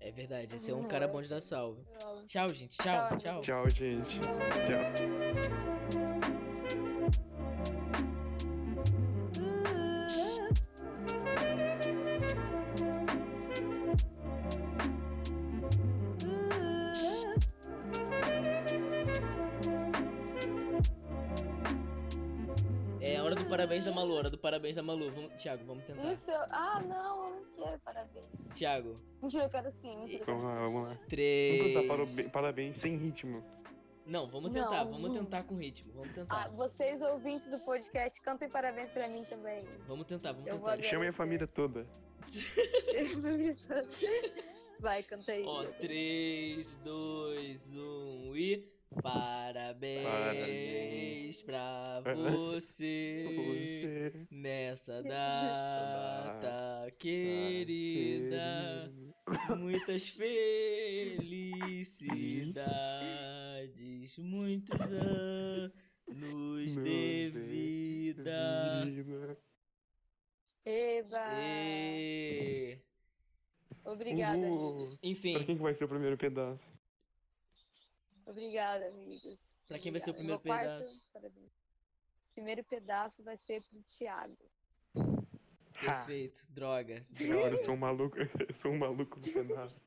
Speaker 2: É verdade, esse é um cara bom de dar salve.
Speaker 3: Tchau.
Speaker 2: Tchau, gente.
Speaker 3: Uhum. Tchau,
Speaker 2: Tchau, tchau.
Speaker 3: amigos.
Speaker 1: Tchau, gente. Tchau.
Speaker 2: É hora do parabéns da Malu, hora do parabéns da Malu. Vamos, Thiago, vamos tentar.
Speaker 3: Isso, eu- ah, não, eu não quero, parabéns.
Speaker 2: Thiago,
Speaker 3: Mentira, eu quero sim, mentira, eu quero
Speaker 1: Vamos lá,
Speaker 3: sim.
Speaker 1: vamos lá. Vamos
Speaker 2: três.
Speaker 1: cantar parobe- parabéns sem ritmo.
Speaker 2: Não, vamos
Speaker 3: Não,
Speaker 2: tentar, vamos
Speaker 3: vamos.
Speaker 2: tentar com ritmo. Vamos
Speaker 3: Ah,
Speaker 2: tentar.
Speaker 3: vocês ouvintes do podcast, cantem parabéns pra mim também. *laughs*
Speaker 2: Vamos tentar, vamos
Speaker 3: Eu
Speaker 2: tentar.
Speaker 3: vou-
Speaker 1: Chamem a
Speaker 3: Agradecer.
Speaker 1: família toda.
Speaker 3: Vai, canta aí.
Speaker 2: Ó, três, dois, um e. Parabéns
Speaker 1: Parabéns.
Speaker 2: pra
Speaker 1: Pra
Speaker 2: você
Speaker 1: Você.
Speaker 2: nessa data
Speaker 1: data
Speaker 2: querida. Muitas felicidades, muitos anos de vida.
Speaker 3: Eba!
Speaker 2: E...
Speaker 3: Obrigada,
Speaker 1: Uhul.
Speaker 3: amigos.
Speaker 1: Pra
Speaker 2: Enfim,
Speaker 1: quem que vai ser o primeiro pedaço?
Speaker 3: Obrigada, amigos.
Speaker 2: Pra quem vai ser o
Speaker 3: Obrigada.
Speaker 2: primeiro
Speaker 3: Meu quarto,
Speaker 2: pedaço?
Speaker 3: parabéns. Primeiro pedaço vai ser pro Thiago.
Speaker 1: Ha.
Speaker 2: perfeito. Droga.
Speaker 1: *laughs* Agora eu sou um maluco, eu sou um maluco do pedaço.